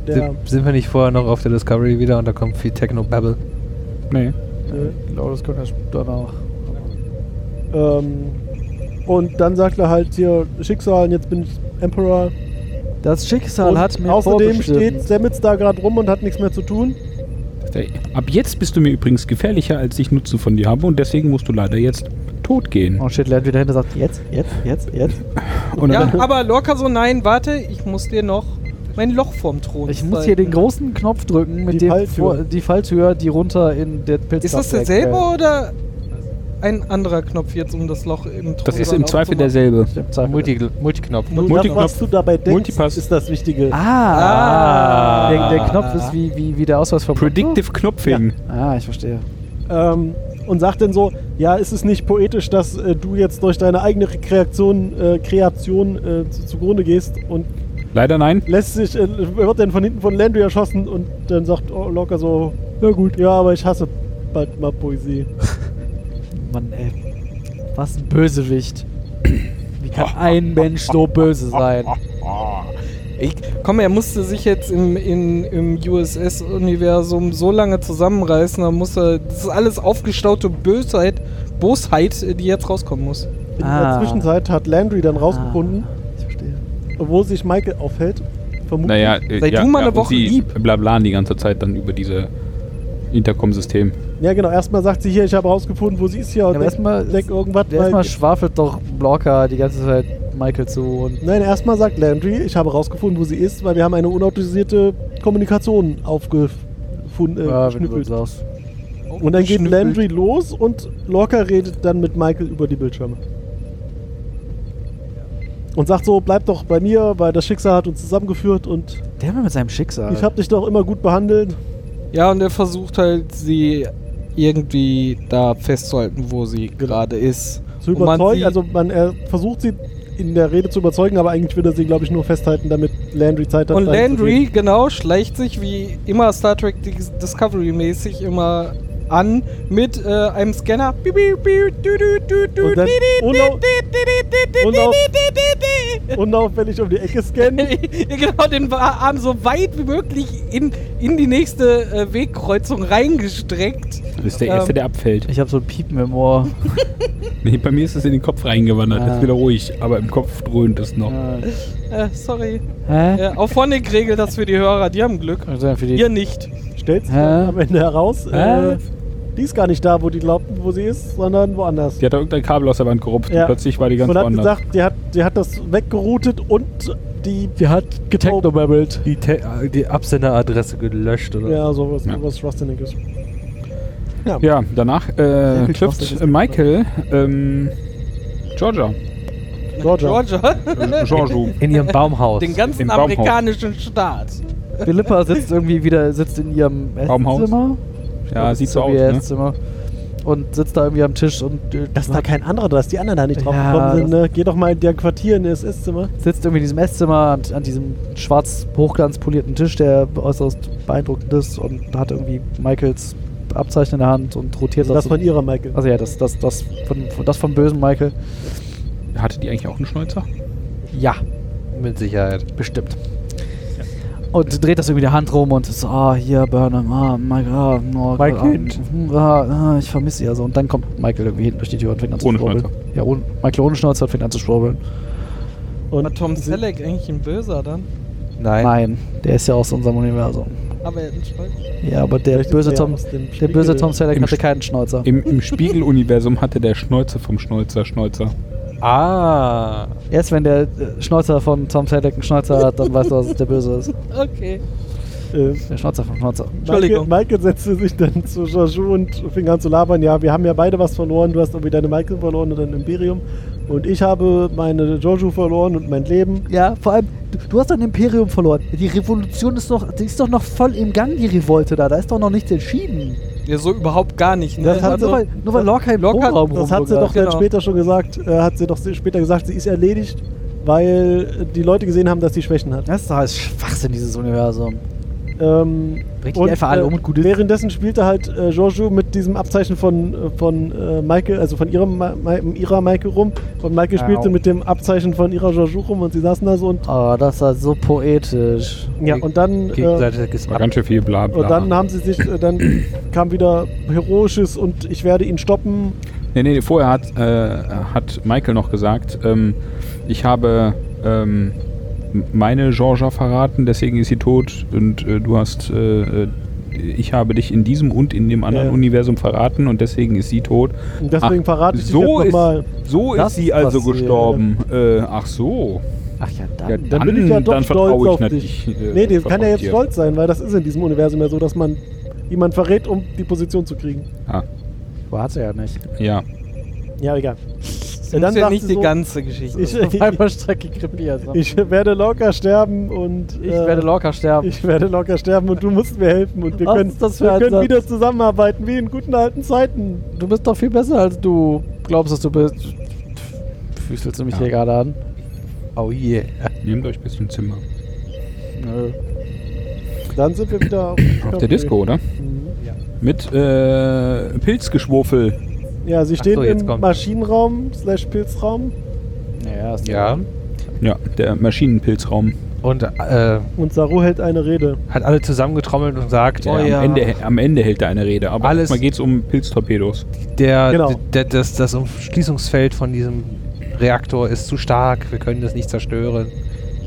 der, Sind, sind wir nicht vorher noch auf der Discovery wieder und da kommt viel Techno-Babble? Nee. äh, Ich glaube, das können wir sp- danach. ähm, und dann sagt er halt hier, Schicksal, und jetzt bin ich Emperor. Das Schicksal und hat mir außerdem vorbestimmt. steht Stamets da gerade rum und hat nichts mehr zu tun. Ab jetzt bist du mir übrigens gefährlicher, als ich Nutzen von dir habe und deswegen musst du leider jetzt tot gehen. Und steht lernt Oh wieder hin und sagt, jetzt, jetzt, jetzt, jetzt. Und Ja, dann, aber Lorca so, nein, warte, ich muss dir noch mein Loch vorm Thron Ich muss zeigen. hier den großen Knopf drücken mit Die dem Falltür. Vor- die Falltür, die runter in der Pilz. Ist das derselbe oder ein anderer Knopf jetzt, um das Loch im Thron das ist im Zweifel derselbe. Äh, Multi, Multiknopf. Nur das, Multiknopf. was du dabei denkst, Multipass. ist das Wichtige. Ah, Ah. Der, der Knopf ist wie, wie, wie der Ausweis von Predictive Knopfing. Ah, ich verstehe. ähm, und sagt dann so, ja, ist es nicht poetisch, dass äh, du jetzt durch deine eigene Kreation, äh, Kreation äh, zu, zugrunde gehst und Leider nein. lässt sich, äh, wird dann von hinten von Landry erschossen und dann sagt oh, Locker so, na gut, ja, aber ich hasse bald mal Poesie. Mann, ey. Was ein Bösewicht. Wie kann ein Mensch so böse sein? Ich, komm, er musste sich jetzt im, in, im USS-Universum so lange zusammenreißen, dann muss er. Das ist alles aufgestaute Bösheit, Bosheit, die jetzt rauskommen muss. In Ah. der Zwischenzeit hat Landry dann rausgefunden, Ah, ich verstehe. wo sich Michael aufhält. Vermutlich. Naja, äh, Sei du mal eine und Woche sie lieb. Blablan die ganze Zeit dann über diese Intercom-System. Ja, genau. Erstmal sagt sie hier, ich habe rausgefunden, wo sie ist hier. Und aber erstmal- denk irgendwas. weil- Erstmal schwafelt doch Blocker die ganze Zeit Michael zu und Nein, erstmal sagt Landry, ich habe rausgefunden, wo sie ist, weil wir haben eine unautorisierte Kommunikation aufgefunden. Äh, ja, wenn du geschnüffelt. so sagst. und dann geht Schnüffelt. Landry los und Lorca redet dann mit Michael über die Bildschirme. und sagt so, bleib doch bei mir, weil das Schicksal hat uns zusammengeführt und Der Mann mit seinem Schicksal. ich habe dich doch immer gut behandelt. Ja, und er versucht halt, sie irgendwie da festzuhalten, wo sie gerade ist. Genau. Zu Und man überzeugen, sie- also man er versucht sie in der Rede zu überzeugen, aber eigentlich will er sie, glaube ich, nur festhalten, damit Landry Zeit hat. Und dahin zu Landry, gehen. genau, schleicht sich wie immer Star Trek Dis- Discovery mäßig immer an mit äh, einem Scanner. Piep, piep, piep, du, du, du, du, Und dann di, di, di, unau- di, di, di, di, di, unau- di, di, di, di. unauffällig um die Ecke scannen. genau, den Wa- Arm so weit wie möglich in, in die nächste äh, Wegkreuzung reingestreckt. Das ist der Ähm, Erste, der abfällt. Ich habe so ein Piepen im Ohr. Nee, bei mir ist es in den Kopf reingewandert. Ah. Jetzt wieder ruhig, aber im Kopf dröhnt es noch. Äh, sorry. Hä? Äh, auf Phonic regelt das für die Hörer, die haben Glück. Also für die Ihr nicht. Stellt sich Hä? dann am Ende heraus, äh, Hä? die ist gar nicht da, wo die glaubten, wo sie ist, sondern woanders. Die hat da irgendein Kabel aus der Wand gerupft Ja. und plötzlich war die ganz Man hat woanders. gesagt, die hat, die hat das weggeroutet und die. Die hat getechnobabbelt. Die, Te äh, die Absenderadresse gelöscht oder Ja, sowas, Ja. was Schwarzeneggers. Ja, danach äh, viel trifft Spaß. äh, Michael ähm, Georgia. Georgia. Georgia. Äh, Georgiou. in ihrem Baumhaus. Den ganzen Im Baumhaus. amerikanischen Staat. Philippa sitzt irgendwie wieder, sitzt in ihrem Baumhaus. Esszimmer. Ja, sieht so Wie aus. ihr Ne? Esszimmer. Und sitzt da irgendwie am Tisch und äh, Dass da kein anderer, dass die anderen da nicht drauf Ja, gekommen sind, ne? Geh doch mal in deren Quartier in das Esszimmer. sitzt irgendwie in diesem Esszimmer an, an diesem schwarz hochglanzpolierten Tisch, der äußerst beeindruckend ist und hat irgendwie Michaels Abzeichen in der Hand und rotiert Das das. von ihrer, Michael. also ja, das, das, das, von, von, das vom bösen Michael. Hatte die eigentlich auch einen Schnäuzer? Ja, Mit Sicherheit. bestimmt. Und dreht das irgendwie die Hand rum und ist so, ah, hier, Burnham, ah, Michael, ah, oh, Mein ah, Kind. Ah, ah, ich vermisse sie also. Und dann kommt Michael irgendwie hinten durch die Tür und fängt an zu Ohne schwurbeln. Ja, ohne, Michael ohne Schnauzer und fängt an zu schwurbeln. Und War Tom Selleck eigentlich ein Böser dann? Nein. Nein, der ist ja aus unserem Universum. Aber er hat einen Schweif- Ja, aber der Vielleicht ist böse er Tom, aus dem der böse Spiegel. Tom Selleck Im hatte Sch- keinen Schnauzer. Im, im Spiegeluniversum hatte der Schnäuzer vom Schnäuzer Schnäuzer. Ah. Erst wenn der äh, Schnauzer von Tom Selleck einen Schnauzer hat, dann weißt du, dass es der Böse ist. Okay. äh, Der Schnauzer vom Schnauzer. Entschuldigung. Michael, Michael setzte sich dann zu Jojo und fing an zu labern. Ja, wir haben ja beide was verloren. Du hast irgendwie deine Michael verloren und dein Imperium. Und ich habe meine Jojo verloren und mein Leben. Ja, vor allem, du, du hast dein Imperium verloren. Die Revolution ist doch, die ist doch noch voll im Gang, die Revolte da. Da ist doch noch nichts entschieden. Ja, so überhaupt gar nicht. Ne? Das hat Also, so nur, weil, nur weil Lorca im Lorca- Proberaum Das hat sie rumlungert. doch genau. dann später schon gesagt. Äh, hat sie doch später gesagt, sie ist erledigt, weil die Leute gesehen haben, dass sie Schwächen hat. Das ist doch alles Schwachsinn, dieses Universum. Ähm, Bringt die einfach alle um und gut ist. Währenddessen spielte halt äh, Jojo mit diesem Abzeichen von, äh, von äh, Maike, also von ihrem Ma Ma ihrer Maike rum. Und Maike spielte Au. mit dem Abzeichen von ihrer Jojo rum und sie saßen da so und Oh, das war so poetisch. ja, und dann äh, Gegenseitiges War ganz schön viel bla bla. Und dann haben sie sich, äh, dann kam wieder Heroisches und ich werde ihn stoppen. nee, nee, nee, vorher hat, äh, hat Michael noch gesagt, ähm, ich habe ähm, m- meine Georgia verraten, deswegen ist sie tot und äh, du hast, äh, äh, ich habe dich in diesem und in dem anderen Ja. Universum verraten und deswegen ist sie tot. Und deswegen Ach, verrate ich so dich jetzt ist, nochmal. So Das ist sie ist also passiert. gestorben. Äh, ach so. Ach ja, dann. Ja, Dann, bin ich ja doch stolz auf dich. natürlich, äh, nee, das kann vertraut ja jetzt dir. stolz sein, weil das ist in diesem Universum ja so, dass man jemanden verrät, um die Position zu kriegen. Ah, Wo hat er ja nicht. ja. Ja, egal. das Ja, ist ja sagt nicht sie die so, ganze Geschichte. Ich, Auf einmal Strecke krepiert. Ich, ich werde locker sterben und äh, ne? werde Lorca sterben. ich werde locker sterben und du musst mir helfen und wir Was können, ist das für wir ein können Satz? wieder zusammenarbeiten wie in guten alten Zeiten. du bist doch viel besser, als du glaubst, dass du bist. Füßelst du mich Ja. hier gerade an? Oh yeah. Nehmt euch ein bisschen Zimmer. Nö. Dann sind wir wieder auf, Auf der Disco, oder? Mhm. Mit äh, Pilzgeschwurfel. Ja, sie Ach stehen so, jetzt im kommt- Maschinenraum slash Pilzraum Ja, ist Ja. Ja, der Maschinenpilzraum. Und äh, und Saru hält eine Rede. hat alle zusammengetrommelt und sagt, Der Oh am, ja. Ende, am Ende hält er eine Rede, aber Alles- erstmal geht es um Pilztorpedos. der, Genau. der, das, das Umschließungsfeld von diesem Reaktor ist zu stark, wir können das nicht zerstören.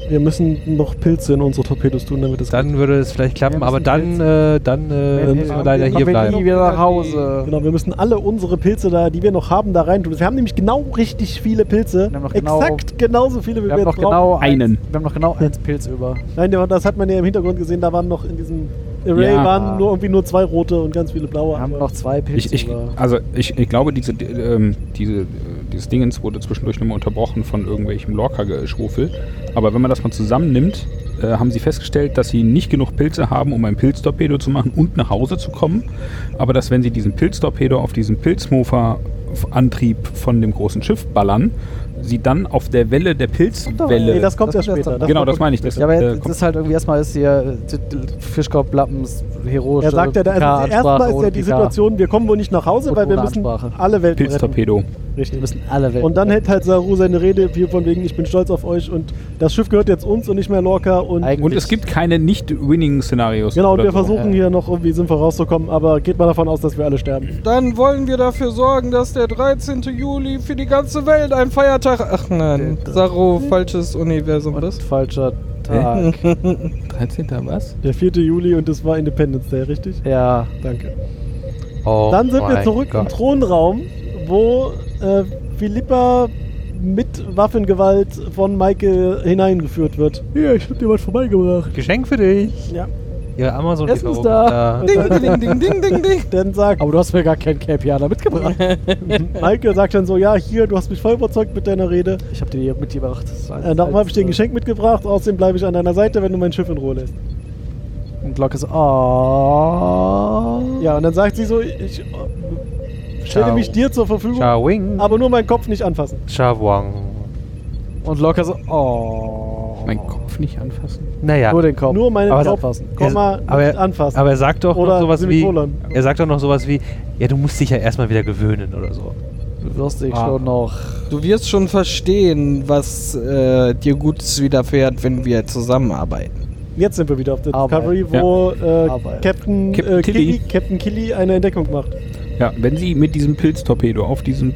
Wir müssen noch Pilze in unsere Torpedos tun, damit es Dann würde es vielleicht klappen, Wir aber müssen dann, äh, dann äh, Wenn- müssen wir wenn- leider wenn- hier wenn- bleiben. nie wieder nach Hause. Genau, wir müssen alle unsere Pilze da, die wir noch haben, da rein tun. Wir haben nämlich genau richtig viele Pilze. Wir haben noch genau- Exakt genauso viele, wie Wir wir, haben jetzt noch brauchen. genau eins- Einen. Wir haben noch genau eins Pilz über. Nein, der- das hat man ja im Hintergrund gesehen, da waren noch in diesem Array Ja. waren nur irgendwie nur zwei rote und ganz viele blaue. Wir haben aber- noch zwei Pilze Ich, ich, über. also ich, ich glaube, diese, äh, ähm, diese äh, dieses Dingens wurde zwischendurch nochmal unterbrochen von irgendwelchem Lorca-Schwufel. Aber wenn man das mal zusammennimmt, äh, haben sie festgestellt, dass sie nicht genug Pilze haben, um ein Pilztorpedo zu machen und nach Hause zu kommen. Aber dass, wenn sie diesen Pilztorpedo auf diesen Pilzmofa-Antrieb von dem großen Schiff ballern, sie dann auf der Welle der Pilzwelle. Nee, das kommt Das ja kommt erst später. dann. genau, kommt- das meine ich. Das, Ja, aber äh, jetzt kommt- ist halt irgendwie erstmal ist hier Fischkorb, Lappens, heroisch. Er sagt ja, da- also erstmal ist ja die Situation, wir kommen wohl nicht nach Hause, Und weil wir ohne müssen Ansprache. alle Welten retten. Pilztorpedo. Wir Richtig. müssen alle weg. Und dann hält halt Saru seine Rede hier von wegen, ich bin stolz auf euch und das Schiff gehört jetzt uns und nicht mehr Lorca und Eigentlich- Und es gibt keine Nicht-Winning-Szenarios. genau, und oder wir so. versuchen ja. hier noch irgendwie sinnvoll rauszukommen, aber geht mal davon aus, dass wir alle sterben. Dann wollen wir dafür sorgen, dass der 13. Juli für die ganze Welt ein Feiertag. Ach nein, Saru, falsches Universum, was? falscher Tag. 13. was? Der 4. Juli und es war Independence Day, richtig? ja. Danke. Oh Dann sind wir mein zurück im Gott. Thronraum, wo äh, Philippa mit Waffengewalt von Michael hineingeführt wird. Ja, ich hab dir was vorbeigebracht. Geschenk für dich. Ja. Ihre amazon Essen ist lieferung da. Ding, ding, ding, ding, ding, ding. Dann sagt Aber du hast mir gar keinen KPIler mitgebracht. Michael sagt dann so, ja, hier, du hast mich voll überzeugt mit deiner Rede. ich habe dir hier mitgebracht. Das war- Äh, darum habe ich dir ein äh, Geschenk mitgebracht, außerdem bleibe ich an deiner Seite, wenn du mein Schiff in Ruhe lässt. Und Locke so, oh. Ja, und dann sagt sie so, ich äh, stelle Ciao. mich dir zur Verfügung, Chawing. aber nur meinen Kopf nicht anfassen. Chawang. Und Locke so, oh. Mein Kopf nicht anfassen. Naja. Nur den Kopf. Ah. Nur meinen Aber- Kopf, Komma, aber, nicht anfassen. aber er sagt doch Oder noch sowas wie. Semikolon. Er sagt doch noch sowas wie, ja, du musst dich ja erstmal wieder gewöhnen oder so. Du wirst dich Ah. schon noch. Du wirst schon verstehen, was äh, dir Gutes widerfährt, wenn wir zusammenarbeiten. Jetzt sind wir wieder auf der Arbeit. Discovery, wo äh, Arbeit. Captain, Captain äh, Killy, Tilly. Captain Killy eine Entdeckung macht. Ja, wenn sie mit diesem Pilztorpedo auf diesen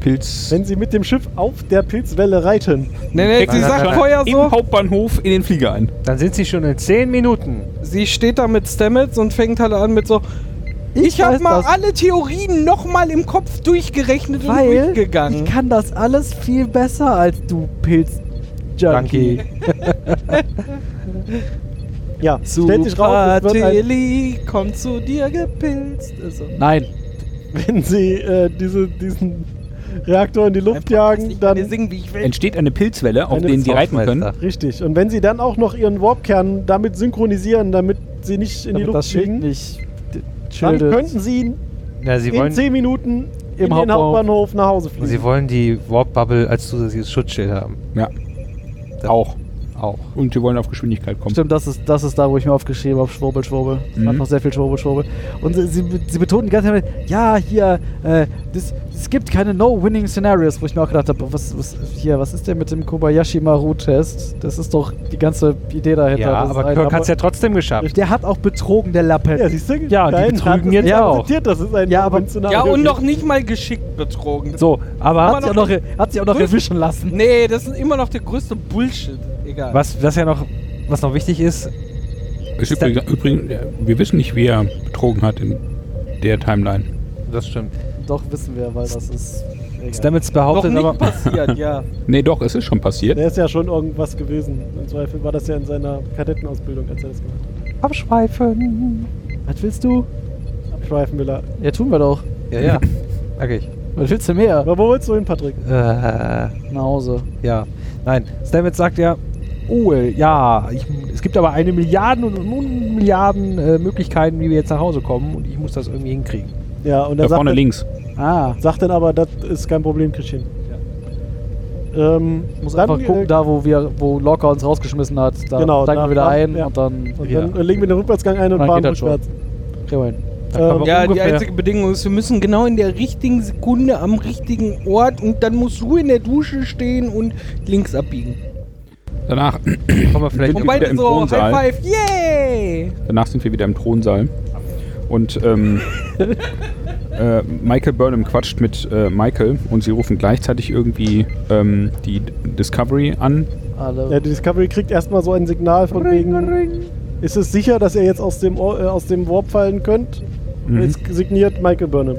Pilz. Wenn sie mit dem Schiff auf der Pilzwelle reiten. Nee, nee, sie nein, sagt nein, vorher Im so. Hauptbahnhof in den Flieger ein. Dann sind sie schon in 10 Minuten. Sie steht da mit Stamets und fängt halt an mit so. Ich, hab weiß habe mal das. alle Theorien nochmal im Kopf durchgerechnet und Weil durchgegangen. ich kann das alles viel besser als du Pilz. Danke. Ja, stellt sich Super raus, es wird ein, Tilly, kommt zu dir gepilzt. Also. Nein. wenn sie äh, diese, diesen Reaktor in die Mein Luft Podcast, jagen, ich kann dir dann singen, wie ich will. Entsteht eine Pilzwelle, auf Eine denen sie reiten können. Hausmeister. Richtig. Und wenn sie dann auch noch ihren Warpkern damit synchronisieren, damit sie nicht in die Damit Luft das Schild fliegen, nicht d- dann schildet. könnten sie Na, sie in wollen, 10 Minuten in Im den Hauptbahnhof. Hauptbahnhof nach Hause sie fliegen. wollen die Warp Bubble als zusätzliches Schutzschild haben. Ja. Auch. Auch. Und sie wollen auf Geschwindigkeit kommen. Stimmt, das ist, das ist da, wo ich mir aufgeschrieben habe, Schwurbel, Schwurbel. Es Hat Mhm. noch sehr viel Schwurbel, Schwurbel. Und sie, sie, sie betonen die ganze Zeit, ja, hier, äh, das, es gibt keine No-Winning-Scenarios, wo ich mir auch gedacht habe, was, was, hier, was ist denn mit dem Kobayashi-Maru-Test? Das ist doch die ganze Idee dahinter. Ja, Das ist aber ein- Kirk hat es ja trotzdem geschafft. Der hat auch betrogen, der Lappet. Ja, siehst du? Ja, die Dein betrügen Rat ist jetzt nicht ja auch. akzeptiert, Das ist ein Ja, aber- Szenario. Ja, und noch nicht mal geschickt betrogen. So, aber hat sich auch noch, hat sich auch noch Grüß- erwischen lassen. Nee, das ist immer noch der größte Bullshit. Egal. was, was ja noch, was noch wichtig ist, Es ist übrigens, übrigens, ja, wir wissen nicht, wie er betrogen hat in der Timeline. das stimmt. Doch, wissen wir, weil das ist. egal. Stamets Noch behauptet nicht aber, passiert, ja. Nee, doch, es ist schon passiert. Der ist ja schon irgendwas gewesen. Im Zweifel war das ja in seiner Kadettenausbildung, als er das gemacht abschweifen. Was willst du? hat. Abschweifen will er. Ja, tun wir doch. Ja, ja. Merke ich. Was willst du mehr? Aber wo willst du hin, Patrick? Äh, Nach Hause. ja. Nein, Stamets sagt ja, oh, ja, ich, es gibt aber eine Milliarden und nun Milliarden äh, Möglichkeiten, wie wir jetzt nach Hause kommen und ich muss das irgendwie hinkriegen. Ja, und Da er sagt, vorne dann, links. Ah. sagt dann aber, das ist kein Problem, Christian. Ähm, Muss dann, einfach gucken, äh, da wo wir, wo Locker uns rausgeschmissen hat, da Genau, steigen da- wir wieder da- ein ja. und dann Und Ja. dann äh, legen wir den Rückwärtsgang ein und Dann fahren geht das schon. rückwärts. kriegen wir hin. Dann Ähm, kommen wir Ja, die ungefähr- einzige Bedingung ist, wir müssen genau in der richtigen Sekunde am richtigen Ort und dann musst du in der Dusche stehen und links abbiegen. Danach, kommen wir vielleicht Und Wobei wieder du im so Thronsaal. High Five, yay! danach sind wir wieder im Thronsaal. Und ähm, äh, Michael Burnham quatscht mit äh, Michael und sie rufen gleichzeitig irgendwie ähm, die Discovery an. Ja, Alle. die Discovery kriegt erstmal so ein Signal von wegen, ist es sicher, dass ihr jetzt aus dem, Or- äh, aus dem Warp fallen könnt? Mhm. Jetzt signiert Michael Burnham.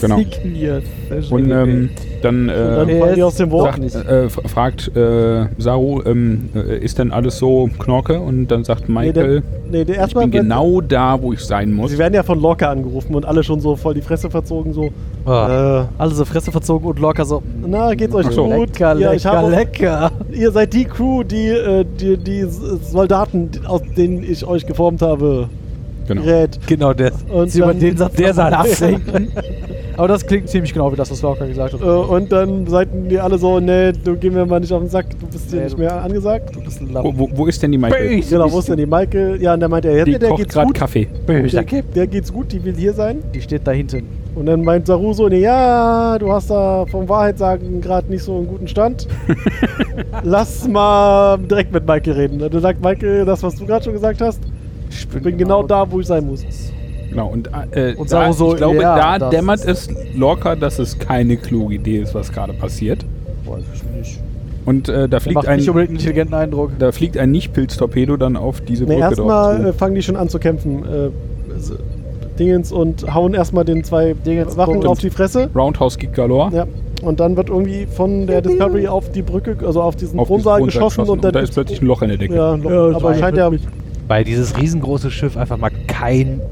Genau. Signiert. Sehr schön. Und ähm, dann, dann äh, fallen die yes. aus dem Wort sagt, nicht. äh, f- fragt äh, Saru, ähm, äh, ist denn alles so Knorke? Und dann sagt Michael, Nee, der ich bin erstmal. wird- genau da, wo ich sein muss. Sie werden ja von Locker angerufen und alle schon so voll die Fresse verzogen, so. Ah, ähm, Äh, Alle so Fresse verzogen und locker so. na, geht's euch Ach so. gut? Lecker, ja, ich lecker, habe lecker. Ihr seid die Crew, die, äh, die, die S- Soldaten, die- aus denen ich euch geformt habe, Genau. gerät. Genau, der, Und Sie über dann- den Satz der nochmal Satz. nachdenken. Aber das klingt ziemlich genau wie das, was Locker gesagt hat. Äh, und dann seiten die alle so, nee, du geh mir mal nicht auf den Sack, du bist hier Nee, nicht du- mehr angesagt. Du bist ein Wo, wo, wo ist denn die Michael? Genau, wo ist denn die Michael? Ja, und dann meint er, ja, Die der kocht geht's gerade gut. Kaffee. Der, Böser Kipp. der geht's gut, die will hier sein. Die steht da hinten. Und dann meint Saru so, nee, ja, du hast da vom Wahrheitssagen gerade nicht so einen guten Stand. Lass mal direkt mit Michael reden. Dann sagt Michael das, was du gerade schon gesagt hast. Ich Ich bin genau da, wo ich sein muss. Genau, und, äh, Und da, Saru so, ich glaube, ja, da das dämmert es Lorca, dass es keine kluge Idee ist, was gerade passiert. Weiß ich nicht. Und äh, da, Der fliegt macht nicht ein, unbedingt einen intelligenten Eindruck. da fliegt ein Nicht-Pilz-Torpedo dann auf diese Ne, Brücke dort erstmal zu. äh, fangen die schon an zu kämpfen. Äh, s- Dingens und hauen erstmal den zwei Dingens Wachen Punkt. auf die Fresse. Roundhouse Kick Galore. Ja. Und dann wird irgendwie von der Discovery auf die Brücke, also auf diesen Auf diesen Thronsaal Thronsaal geschossen, und dann da ist plötzlich ein Loch in der Decke. ja, Ja, aber das scheint ja Weil dieses riesengroße Schiff einfach mal kein,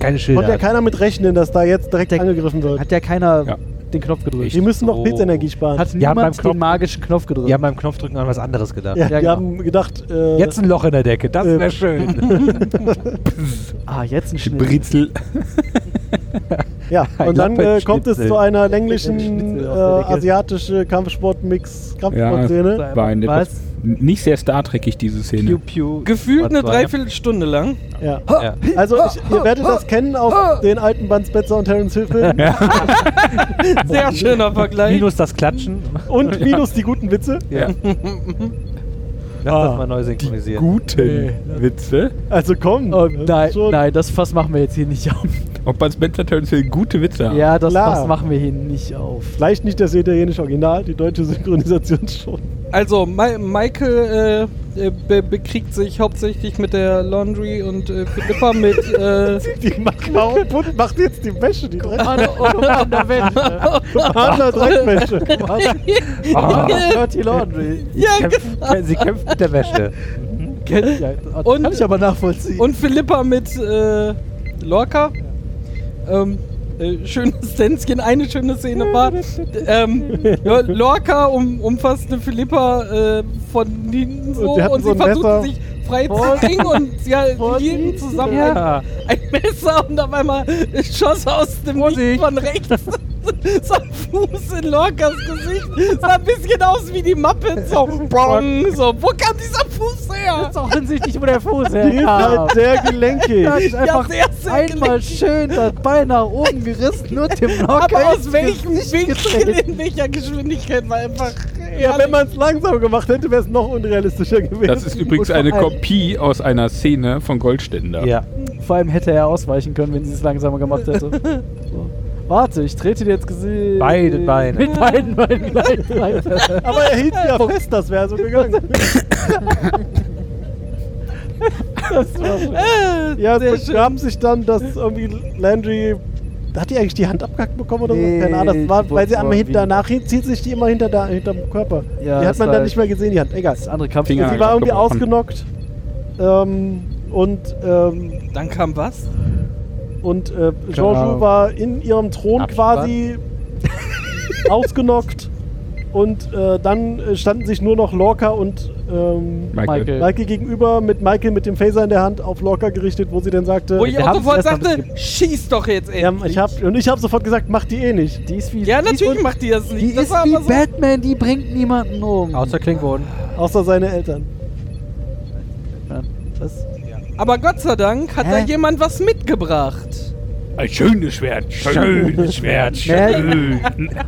keine Schilder konnte ja hat. keiner mit rechnen, dass da jetzt direkt Der- angegriffen wird. Hat ja keiner Ja. den Knopf gedrückt. Die müssen noch Oh. Pilzenergie sparen. Hat Die haben beim niemand Knopf- den magischen Knopf gedrückt. Die haben beim Knopfdrücken an was anderes gedacht. ja, ja, die genau. haben gedacht, äh, Jetzt ein Loch in der Decke, das Äh, wäre schön. ah, jetzt ein Schnitt. Britzel. ja. ein und dann äh, kommt es Lappenschnitzel. zu einer Schnitzel länglichen äh, aus der Decke. asiatische Kampfsport-Mix, Kampfsport-Szene. Ja, war eine etwas, Was? nicht sehr Star Trekig, diese Piu, Szene. piu. Gefühlt eine Was war- Dreiviertelstunde lang. Ja. ja. Also ich, ihr werdet das kennen aus den alten Bud Spencer und Terence Hill Filmen. Sehr schöner Vergleich. Minus das Klatschen. Und minus die guten Witze. Ja. Lass das mal neu synchronisieren. Guten Witze. Also komm. Oh, das ist nein, schon- nein, das Fass machen wir jetzt hier nicht auf. Ob man Spencer Turnsill gute Witze Ja, haben. das Klar. Fass machen wir hier nicht auf. Vielleicht nicht das italienische Original, die deutsche Synchronisation schon. Also, Mi Michael äh, äh, be bekriegt sich hauptsächlich mit der Laundry und äh, Philippa mit. Äh, Die macht mal kaputt, macht jetzt die Wäsche, die Dreck- Partner Dreckwäsche. Ah. Dirty Laundry. ja, Sie kämpft- Sie kämpft mit der Wäsche. Kenn ich ja. Das Und- kann ich aber nachvollziehen. Und Philippa mit äh, Lorca. Ähm, äh, schönes Tänzchen, eine schöne Szene war. Ähm, ja, Lorca um, umfasst eine Philippa äh, von hinten so Und die und, hatten so sie ein Messer. versuchten sich frei zu bringen und sie Vorsicht. hielten zusammen Ja. ein, ein Messer und auf einmal schoss aus dem Nichts von rechts so ein Fuß in Lorcas Gesicht. Sah ein bisschen aus wie die Muppets. So, brong, so, wo kam dieser Fuß her? ist offensichtlich, wo der Fuß Die ist herkam. halt sehr gelenkig. Hat sich einfach sehr, sehr einmal gelenkig. schön das Bein nach oben gerissen, nur dem Locker. Aber aus ins welchem Gesicht Winkel, getreten. in welcher Geschwindigkeit war einfach. Ja, wenn man es langsam gemacht hätte, wäre es noch unrealistischer gewesen. Das ist übrigens Und vor eine allem- Kopie aus einer Szene von Goldständer. Ja. Vor allem hätte er ausweichen können, wenn sie es langsamer gemacht hätte. So. Warte, ich trete dir jetzt Gesicht. Beide Beine. Mit beiden Beinen gleichzeitig. Aber er hielt sie ja fest, das wäre so gegangen. Äh, Ja, sehr es schön. begab sich dann, dass irgendwie Landry. Hat die eigentlich die Hand abgehackt bekommen oder Nee, so? Keine Ahnung, das war, die weil sie wurde einmal hinten irgendwie- danach hin- zieht sich die immer hinter da, hinterm Körper. Ja, die hat das man war- dann nicht mehr gesehen, die Hand. Egal. Das andere Kampf. Finger. Sie war irgendwie abgebrochen. ausgenockt. Ähm, und ähm, Dann kam was? und äh, Ahnung. Jojo war in ihrem Thron Abspann? quasi ausgenockt. Und äh, dann äh, standen sich nur noch Lorca und ähm, Michael. Michael. Michael gegenüber mit Michael mit dem Phaser in der Hand auf Lorca gerichtet, wo sie dann sagte, Wo ich wir auch haben's sofort erst noch sagte: Schieß doch jetzt, ey. ja, ich hab, und ich habe sofort gesagt, mach die eh nicht. Die ist wie. Ja, die ist natürlich un- macht die das nicht. Die das ist war wie aber so- Batman, die bringt niemanden um. Außer Klingonen. Außer seine Eltern. Was? Aber Gott sei Dank hat Hä? da jemand was mitgebracht. Ein schönes Schwert. Schönes Schwert. schön.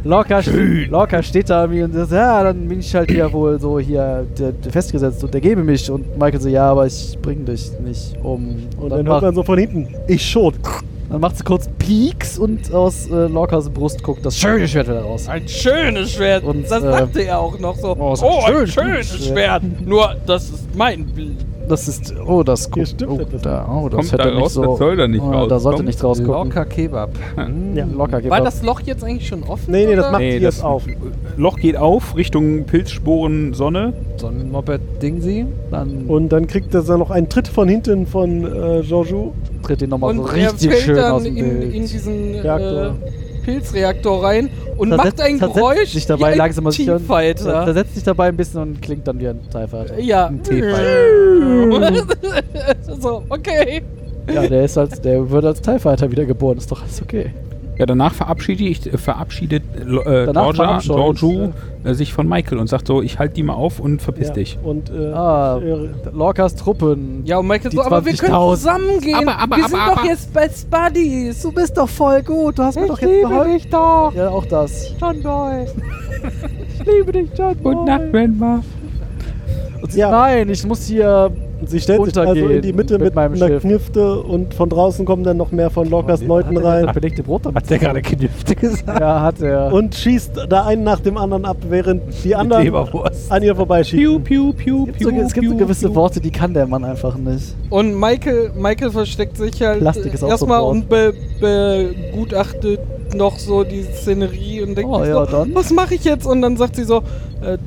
Locker, Schön. locker steht da irgendwie und sagt, ja, dann bin ich halt hier wohl so hier der, der festgesetzt und der gebe mich. Und Michael so, ja, aber ich bring dich nicht um. Und dann hört man so von hinten, ich schon. Dann macht sie kurz Pieks und aus äh, Lorcas Brust guckt das schöne Schwert wieder raus. Ein schönes Schwert. Und, das äh, sagte er auch noch so. oh, Oh, ist ein ein schönes schönes Schwert. Nur, das ist mein Bl Das ist. Oh, das Hier guckt. stimmt Oh, etwas da, oh, das Kommt hätte da nicht raus, so. das soll da nicht oh, Da raus. sollte Kommt- nichts rausgucken. Locker Kebab. Ja. Locker geht War das. das Loch jetzt eigentlich schon offen? Nee, nee, das oder? macht Nee, sie das- jetzt auf. Loch geht auf Richtung Pilzsporen Sonne. So ein Moped-Dingsy. Dann Und dann kriegt er dann noch einen Tritt von hinten von äh, Jojo. tritt ihn nochmal so Und er richtig fällt schön aus dann dem in, Bild. in diesen äh, Reaktor. Pilzreaktor rein und Versetzt- macht ein versetzt Geräusch sich dabei wie langsam ein ein bisschen- T-Fighter. Versetzt sich dabei ein bisschen und klingt dann wie ein TIE Fighter. Ja. so, okay. Ja, der ist als, der wird als TIE Fighter wiedergeboren, ist doch alles okay. Ja, danach verabschiede ich, äh, verabschiedet äh, Lo- äh, Danach Georgia, verabschiedet, Georgiou äh, sich von Michael und sagt so, ich halte die mal auf und verpiss Ja. dich. Und äh, Ah, äh, Lorcas Truppen. Ja, und Michael Die so, aber wir können 20.000. zusammengehen. Aber, aber, wir sind aber, doch aber. jetzt Best Buddies. Du bist doch voll gut, du hast mir doch jetzt geholfen. dich doch, Ja, auch das. John Boy. Ich liebe dich, John Guten Nacht, Grandma. Und sie- Ja. Nein, ich muss hier. sie stellt sich also in die untergehen Mitte mit mit, meinem einer Schiff. Knifte und von draußen kommen dann noch mehr von Oh, Lockers Leuten rein Belegte Brot damit. Hat der gerade Knifte gesagt? Ja, hat er. und schießt da einen nach dem anderen ab, während die anderen Leberwurst. an ihr Piu, vorbeischießen. piu, Es piu, gibt so- piu, es gibt so piu, gewisse piu. Worte, die kann der Mann einfach nicht. Und Michael, Michael versteckt sich halt Plastik ist auch so erstmal ein Wort. und be- begutachtet noch so die Szenerie und denkt Oh, sich ja, so, dann. was mache ich jetzt? Und dann sagt sie so, äh, Ich ruf mal zu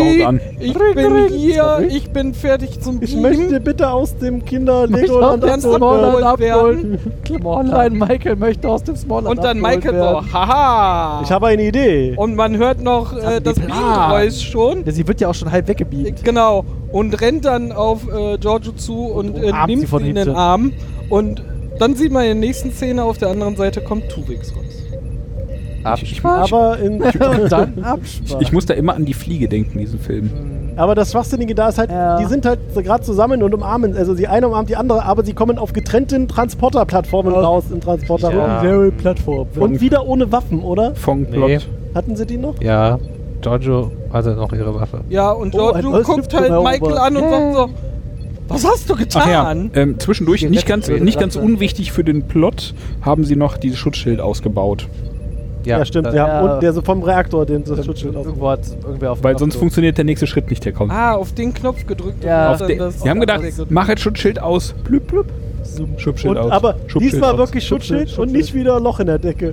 Discovery, Hause an. ich bin hier, Sorry. ich bin fertig zum Ich Beam. möchte bitte aus dem Kinder Ich Legoland möchte aus dem abholen. Smallland werden. abholen. Smallland, Michael möchte aus dem Smallland Und dann abgeholt Michael werden. so, haha. Ich habe eine Idee. und man hört noch äh, haben die das Plan. Beamgeräusch schon. Ja, sie wird ja auch schon halb weggebiegt. Genau. Und rennt dann auf äh, Giorgio zu und, äh, umarmt sie nimmt sie von in den hinten. Arm. Und dann sieht man in der nächsten Szene, auf der anderen Seite kommt Tuvix raus. Aber, in, Und dann Abspann. Ich muss da immer an die Fliege denken, diesen Film. aber das Schwachsinnige da ist halt, Ja. die sind halt so gerade zusammen und umarmen. Also die eine umarmt die andere, aber sie kommen auf getrennten Transporterplattformen raus im Transporterraum. Plattform. Und wieder ohne Waffen, oder? Fong Plot. Nee. Hatten sie die noch? Ja, Giorgio hatte noch ihre Waffe. Ja, und Oh, ein Giorgio neues guckt Schlüpfchen halt erobert. Michael an und sagt so, was hast du Ach ja, getan? ähm, zwischendurch, Die nicht ganz, Rettung- nicht ganz unwichtig für den Plot, haben sie noch dieses Schutzschild ausgebaut. Ja, stimmt. das- Ja. ja. Und der so vom Reaktor, den das Schutzschild aus. Irgendwo hat irgendwer auf Weil sonst funktioniert der nächste Schritt nicht, der kommt. Ah, auf den Knopf gedrückt. Ja. und Auf dann der- das- sie haben gedacht, das- mach jetzt Schutzschild aus. Blüpp, blüpp. Schutzschild Und, aus. aber Schutzschild diesmal aus. wirklich Schutzschild, Schutzschild, und nicht wieder Loch in der Decke.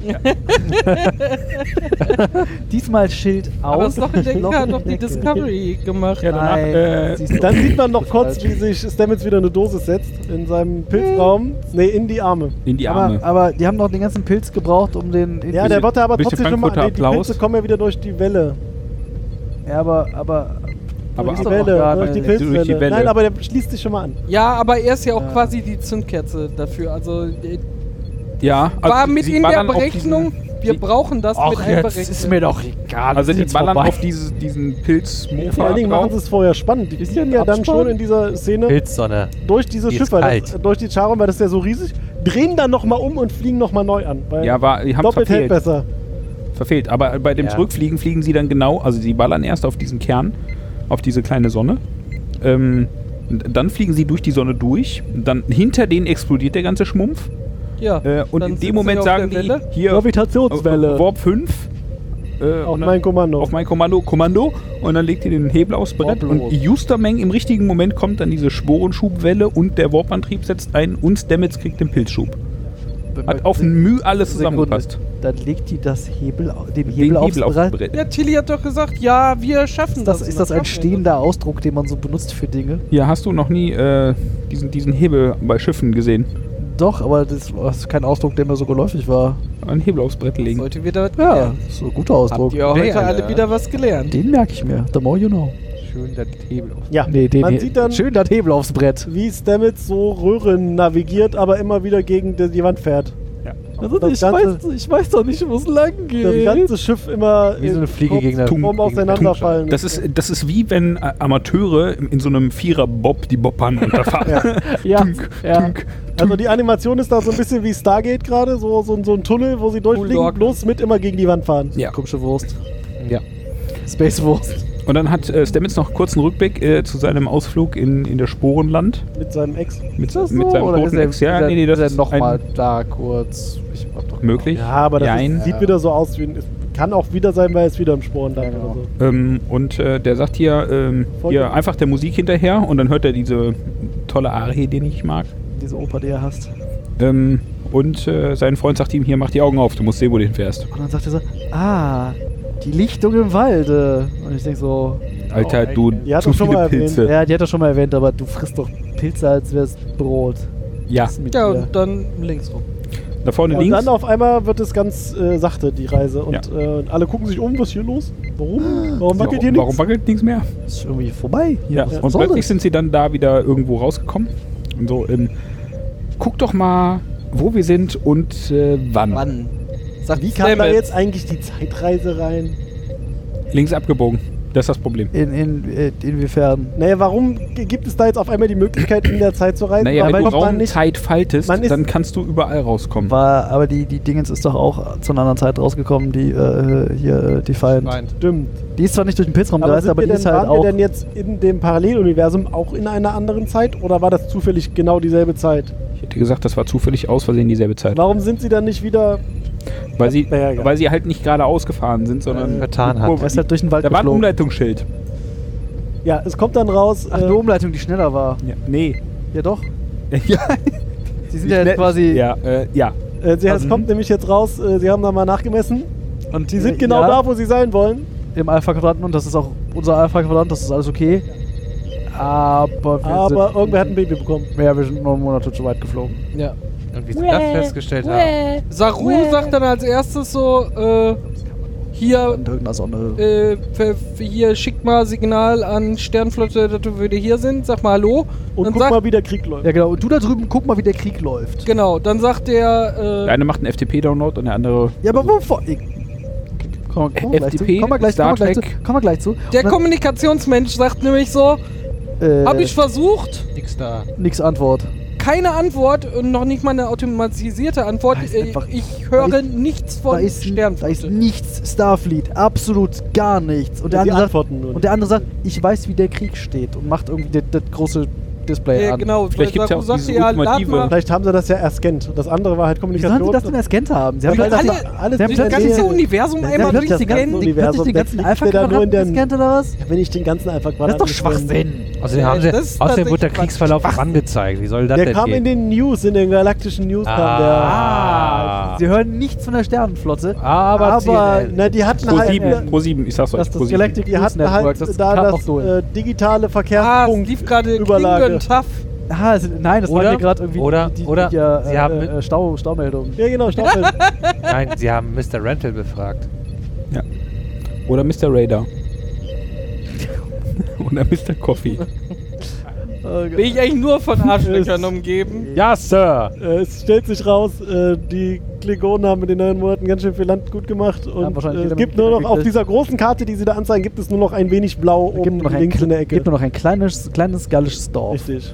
Diesmal Schild aus. Aber das Loch in der Decke hat doch die Decke. Discovery gemacht. Ja, danach, Nein, äh, sie ist Dann doch- sieht man noch kurz, falsch. wie sich Stamets wieder eine Dosis setzt in seinem Pilzraum. Nee, in die Arme. In die Arme. aber, aber die haben noch den ganzen Pilz gebraucht, um den. Ja, der wird aber bisschen trotzdem schon mal. Frankfurter Die, die Applaus. Pilze kommen ja wieder durch die Welle. ja, aber, aber. Aber, durch die doch noch Welle, gar durch die nicht. Pilzwelle. Durch die Welle. Nein, aber der schließt sich schon mal an. Ja, aber er ist ja auch Ja. quasi die Zündkerze dafür. Also äh, ja, also war mit sie in der ballern auf Berechnung, diesen- wir sie- brauchen das mit einberechnen. doch egal. Also die jetzt ballern vorbei. auf dieses, diesen pilz Vor allen Dingen machen sie es vorher spannend. Die Ist fliegen hier ja ein dann schon Abspann? in dieser Szene Pilzsonne. durch diese Die ist Schiffe, das, kalt. durch die Charon, weil das ist ja so riesig, drehen dann nochmal um und fliegen nochmal neu an. Weil Ja, war, die haben doppelt hält verfehlt. besser. verfehlt. Aber bei dem Ja. Zurückfliegen fliegen sie dann genau, also sie ballern erst auf diesen Kern, auf diese kleine Sonne. Ähm, d- dann fliegen sie durch die Sonne durch. Dann hinter denen explodiert der ganze Schmumpf. Ja, Äh, und dann in sitzen dem wir Moment auf sagen der die Welle. hier Gravitationswelle. äh, Warp 5. äh, Auf und dann- mein Kommando. Auf mein Kommando, Kommando. Und dann legt ihr den Hebel aufs Warp Brett. los. Und Justameng im richtigen Moment kommt dann diese Sporenschubwelle und der Warp-Antrieb setzt ein und Stamets kriegt den Pilzschub. Hat auf ein Mühe alles zusammengepasst. Dann legt die das Hebel, au- den Den Hebel, aufs Brett. Ja, Tilly hat doch gesagt, ja, wir schaffen Ist das. das, ist das ein stehender Ausdruck, den man so benutzt für Dinge? Ja, hast du noch nie äh, diesen, diesen Hebel bei Schiffen gesehen? Doch, aber das ist kein Ausdruck, der mir so geläufig war. Einen Hebel aufs Brett legen. Sollte wieder was Ja, lernen. so ein guter Ausdruck. Habt ihr heute Ja, ja. alle wieder was gelernt. Den merke ich mir. The more you know. Schön das Hebel auf. Ja, Nee, den man He- sieht dann, Schön das Hebel aufs Brett. wie Stamets so Röhren navigiert, aber immer wieder gegen die die Wand fährt. Ja. Also Das ich, Ganze- weiß, ich weiß doch nicht, wo es lang geht. Das ganze Schiff immer Wie so eine in- Fliege kurz gegen eine- vorm gegen- Auseinanderfallen. Das ist, das ist wie wenn äh, Amateure in, in so einem Vierer-Bob die Bobbahn runterfahren. ja, ja. Tunk. Also die Animation ist da so ein bisschen wie Stargate gerade, so, so, so ein Tunnel, wo sie durchfliegen, Bulldog. bloß mit immer gegen die Wand fahren. Ja. Komische Wurst. Ja. Space Wurst. Und dann hat äh, Stamets noch kurzen Rückblick äh, zu seinem Ausflug in, in das Sporenland mit seinem Ex. mit, Ach so, mit seinem oder roten ist er- Ex. Ja, ist er- nee, nee, das ist ist noch ein- Hm. mal da kurz. Ich hab doch möglich. Ja, aber das Jein. ist, sieht wieder so aus wie ein. es Kann auch wieder sein, weil es wieder im Sporen lag Ja, genau. oder so. Ähm, und äh, der sagt hier, ähm, Voll hier gut. einfach der Musik hinterher und dann hört er diese tolle Arie, den ich mag. Diese Oper, die er hasst. Ähm, und äh, sein Freund sagt ihm, hier mach die Augen auf, du musst sehen, wo du hinfährst. Und dann sagt er so, ah, die Lichtung im Walde. Und ich denk so, Alter, du Die hat zu Oh, er schon viele mal erwähnt. Pilze. ja, die hat er schon mal erwähnt, aber du frisst doch Pilze, als wär's Brot. Ja, Was ist mit Ja, dir? und dann links rum. da vorne Und links. dann auf einmal wird es ganz äh, sachte, die Reise. Und äh, alle gucken sich um, was ist hier los? Warum? Warum wackelt hier warum, warum nichts? wackelt nichts mehr? Ist irgendwie vorbei. Ja, was und soll plötzlich das? sind sie dann da wieder irgendwo rausgekommen. Und so, ähm, guck doch mal, wo wir sind und äh, wann. Mann. Sagt Wie kam da Stamets. jetzt eigentlich die Zeitreise rein? Links abgebogen. Das ist das Problem. In, in, in, inwiefern? Naja, warum g- gibt es da jetzt auf einmal die Möglichkeit, in der Zeit zu reisen? Naja, Warum wenn du kommt man nicht? Raumzeit faltest, Man ist- dann kannst du überall rauskommen. War, aber die, die Dingens ist doch auch zu einer anderen Zeit rausgekommen, die äh, hier äh, Defiant. Meint. Stimmt. Die ist zwar nicht durch den Pilzraum Aber, gereist, sind aber wir die denn, ist halt waren auch. wir denn jetzt in dem Paralleluniversum auch in einer anderen Zeit oder war das zufällig genau dieselbe Zeit? Ich hätte gesagt, das war zufällig aus Versehen dieselbe Äh. Zeit. Warum sind sie dann nicht wieder Weil sie, Na ja, genau. egal. weil sie halt nicht gerade ausgefahren sind, Äh, sondern. vertan hat. Guck, er ist halt durch den Wald da war ein geflogen. Umleitungsschild. Ja, es kommt dann raus. äh, Ach, eine Umleitung, die schneller war. Ja. Nee. Ja doch. ja, Sie sind ne- ja jetzt quasi. Ja, äh, ja. äh, sie, es Ähm. Mhm. kommt nämlich jetzt raus, äh, sie haben da mal nachgemessen. Und Die sind genau da, wo sie sein wollen. im Alpha Quadranten und das ist auch unser Alpha Quadrant, das ist alles okay. Aber wir Aber sind, irgendwer hat ein Baby bekommen. ja, wir sind neun Monate zu weit geflogen. Ja. Und wie sie das festgestellt haben. Saru sagt dann als erstes so, äh, hier, Und irgendeiner Sonne. äh, ver- hier schickt mal Signal an Sternflotte, dass wir wieder hier sind, sag mal Hallo. Und dann guck sagt, mal, wie der Krieg läuft. Ja genau, und du da drüben, guck mal, wie der Krieg läuft. genau, dann sagt Der der, äh, eine macht einen FTP-Download und der andere. Ja, aber wovor? Ich- Komm, komm, gleich zu. FDP, komm mal gleich, komm Star mal gleich zu. Trek. Komm mal gleich zu. der Und Kommunikationsmensch sagt nämlich so, dann, äh, hab ich versucht, Nix da. nix Antwort. keine Antwort und noch nicht mal eine automatisierte Antwort. Da ist Äh, einfach- ich da höre ist- nichts Da von ist, da ist Sternflotte. nichts Starfleet, absolut gar nichts. Und der, Sie andere sagt, antworten nur. und der andere sagt, ich weiß, wie der Krieg steht und macht irgendwie das- das große Display Äh, an. genau, Vielleicht weil gibt's ja Saru auch sagt diese ja, lad ultimative- mal. Vielleicht haben sie das ja erscannt. Das andere war halt Wie sollen Kommunikation. sie das denn erkannt haben? Sie haben Weil halt das alle- alle- alles Sie haben durch Das plötzlich- ganze Ganze Universum Sie einmal haben das durch plötzlich ganze die den ganzen, Grenzen. Universum. plötzlich den liegt ganzen wieder nur in Alpha-Quadranten der- gescannt oder was? Wenn ich den ganzen einfach Das ist doch Schwachsinn. Außerdem, Äh, haben sie, das ist außerdem wird der tatsächlich Kriegsverlauf vorangezeigt. Wie soll das Der denn kam gehen? in den News, in den galaktischen News kam Ah. Sie hören nichts von der Sternenflotte, Aber aber CNN. der. Na, die hatten Pro halt. 7, Pro 7, ich sag's euch. äh, das, Pro das 7. Galactic Die News hatten Network, halt das da kam das auch durch. äh, digitale Ah, es lief gerade Überlage. Klingon Tough. Ah, es- nein, das war Oder- hier gerade irgendwie oder- die, die, oder die, äh, sie haben- äh, Stau, Staumeldung. ja, genau, Staffel. Nein, sie haben Mr. Rental befragt. Oder Mr. Raider. Oder Mr. Coffee. Äh, Bin ich eigentlich nur von Arschlöchern umgeben? Ja, Sir. Äh, Es stellt sich raus, äh, die Klingonen haben in den neuen Monaten ganz schön viel Land gut gemacht und wahrscheinlich äh, es jeder gibt mit- nur mit- noch auf mit- dieser großen Karte, die sie da anzeigen, gibt es nur noch ein wenig blau Gibt oben nur noch ein, links in der kle- Ecke. gibt nur noch ein kleines, kleines gallisches Dorf. Richtig.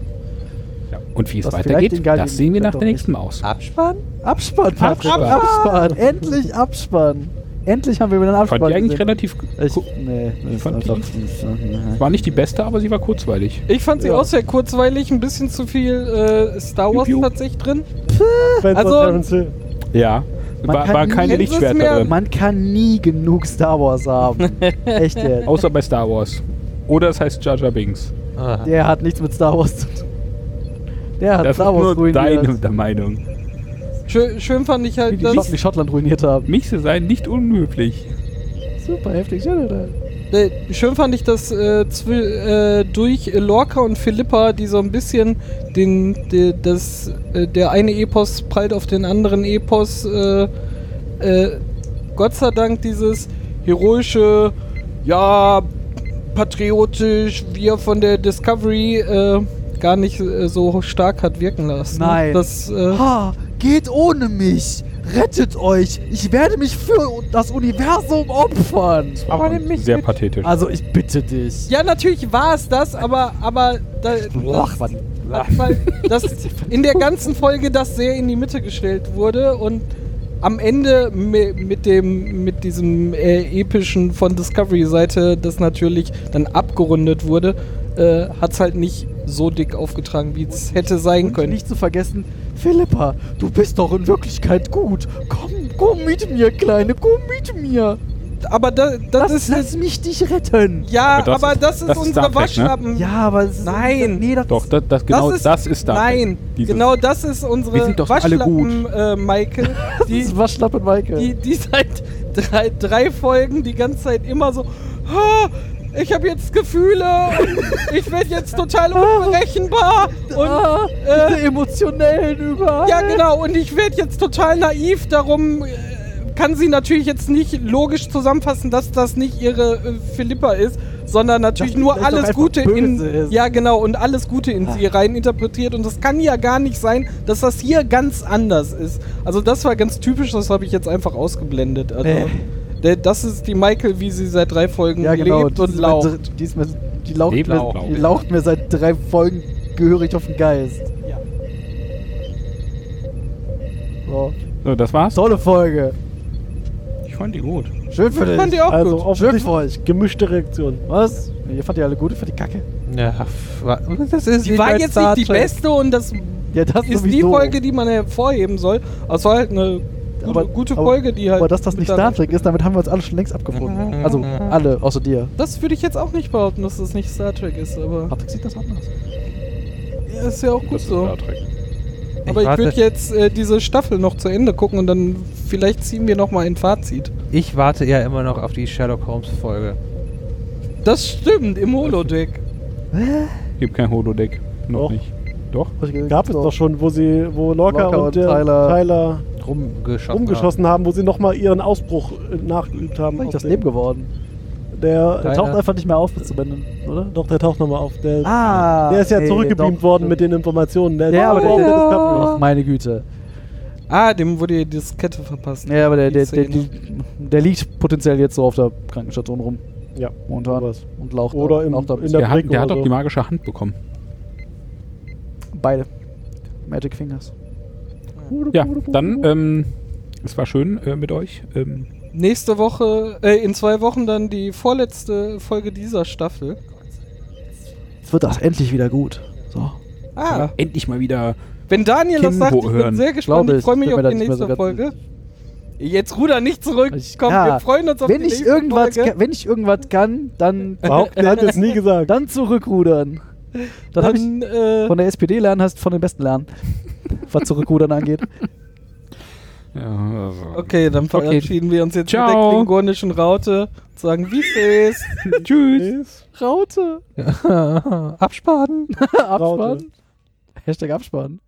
Und wie es Was vielleicht weitergeht, den Galgen- das sehen wir nach doch der nächsten Maus. Abspann? Abspann, Patrick. Abspann. Abspann. Endlich Abspann. Endlich haben wir wieder einen Fand Abspann. die eigentlich gesehen. relativ. ich, ku- nee, das ist fand die- einfach- War nicht die beste, aber sie war kurzweilig. Ich fand sie Ja. auch sehr kurzweilig, ein bisschen zu viel äh, Star Wars Piu, piu. tatsächlich drin. Fans Also- von Terrence Hill. Ja. Man War, kann war nie- keine Hätten sie's Lichtschwerter mir- drin. Äh, Man kann nie genug Star Wars haben. Echt jetzt. Außer bei Star Wars. Oder es heißt Jar Jar Binks. Ah. Der hat nichts mit Star Wars zu tun. Der hat Das ist Star Wars nur ruiniert. deine Meinung. Schön, schön fand ich Wie halt, die Schotten die dass, Schottland ruiniert haben. Mich zu sein nicht unmöglich. Super heftig. Ja, ja, ja. äh, schön fand ich, dass äh, zwi- äh, durch Lorca und Philippa, die so ein bisschen den, de, das, äh, der eine Epos prallt auf den anderen Epos, äh, äh, Gott sei Dank dieses heroische, ja, patriotisch, wir von der Discovery äh, gar nicht äh, so stark hat wirken lassen. Nein. Das, äh, Ha, geht ohne mich. Rettet euch. Ich werde mich für das Universum opfern. Aber sehr pathetisch. Also ich bitte dich. ja, natürlich war es das, aber, aber da, Ach, das, Mann. hat mal- das in der ganzen Folge das sehr in die Mitte gestellt wurde und am Ende mi- mit dem mit diesem äh, epischen von Discovery Seite, das natürlich dann abgerundet wurde, äh, hat es halt nicht so dick aufgetragen, wie es hätte sein Und können. nicht zu vergessen, Philippa, du bist doch in Wirklichkeit gut. Komm, komm mit mir, Kleine, komm mit mir. Aber da, das Lass, ist lass mich dich retten. ja, Aber das aber ist- das ist das ist Star unsere Trek, ne? Waschlappen. Ja, aber es ist Nein. Nee, das Doch, das, das, genau das ist, da. Nein, Dieses- genau das ist unsere Wir sind doch alle Waschlappen, äh, Michael, die ist Waschlappen, Michael. die, die seit drei, drei Folgen die ganze Zeit immer so, "Ah, ich habe jetzt Gefühle, und ich werde jetzt total Oh. unberechenbar und ah, äh, diese emotionellen überall. ja genau und ich werde jetzt total naiv darum äh, kann sie natürlich jetzt nicht logisch zusammenfassen, dass das nicht ihre äh, Philippa ist, sondern natürlich Dass nur vielleicht doch alles einfach Gute in böse ist. Ah. ja genau und alles Gute in sie rein interpretiert und das kann ja gar nicht sein, dass das hier ganz anders ist. Also das war ganz typisch, das habe ich jetzt einfach ausgeblendet. Also, Nee. der- Das ist die Michael, wie sie seit drei Folgen Ja, genau. also, lebt die und ist mir laucht. dr- Die, ist mir, die, laucht Lebt mir, auch. die laucht mir seit drei Folgen gehörig auf den Geist. Ja. So. So, das war's. Tolle Folge. Ich fand die gut. Schön für dich. Fand ihr auch Also gut. Schön für offensichtlich euch. gemischte Reaktion. Was? Ihr fand die alle gut, ich fand die kacke. Ja, f- wa- das ist Die wie war bei jetzt Star nicht die Trek. beste und das Ja, das ist die sowieso. Folge, die man hervorheben soll. Aber es war halt eine gute, gute aber- Folge, die halt. Aber dass das nicht Star miteinander- Trek ist, damit haben wir uns alle schon längst abgefunden. Also alle, außer dir. Das würde ich jetzt auch nicht behaupten, dass das nicht Star Trek ist, aber Patrick sieht das anders. ja, ist ja auch gut Das ist so. Star Trek. Aber ich, warte- würde jetzt äh, diese Staffel noch zu Ende gucken und dann vielleicht ziehen wir nochmal ein Fazit. Ich warte ja immer noch auf die Sherlock Holmes Folge. Das stimmt, im Holodeck. Gibt kein Holodeck. Noch Doch. nicht. Doch? Gab es doch schon, wo sie, wo Lorca, Lorca und, und der Tyler- Tyler Rumgeschossen. umgeschossen haben, wo sie nochmal ihren Ausbruch äh, nachgeübt haben. Ist aus das dem- Leben geworden? der, Der Tyler. taucht einfach nicht mehr auf bis zum Ende, oder? Doch, der taucht nochmal auf. Der, Ah! der ist ja nee, zurückgebeamt doch. worden mit den Informationen. Der Ja, aber der, Oh, der, das der, klappt noch. Ach, meine Güte. Ah, dem wurde die Diskette verpasst. Ja, aber der, Die der, der, Szene. der liegt potenziell jetzt so auf der Krankenstation rum. Ja, Momentan. sowas. Und laucht da- Oder im- laucht da ein in bisschen. Der, hat, Brick der oder hat doch so. die magische Hand bekommen. Beide. Magic Fingers. Ja, dann, ähm, es war schön äh, mit euch. Ähm, Nächste Woche, äh, in zwei Wochen dann die vorletzte Folge dieser Staffel. Jetzt wird das endlich wieder gut. So. Ah, endlich mal wieder. Wenn Daniel das Kimbo sagt, ich bin hören. sehr gespannt. Glaube Ich freue ich. mich Bin mir auf da die nicht mehr nächste so ganz Folge. Jetzt ruder nicht zurück. Ich- Komm, ja. wir freuen uns auf Wenn die ich, nächste irgendwas Folge. kann, wenn ich irgendwas kann, dann, Behaupten, er hat es nie gesagt. dann zurückrudern. Das habe ich Dann, äh, von der SPD lernen, hast von den Besten lernen. Was zurückrudern angeht. Ja, also. okay, dann verabschieden wir uns jetzt mit der Ciao. klingonischen Raute und sagen, wie es ist. Tschüss. Raute. Absparen. absparen. Hashtag absparen.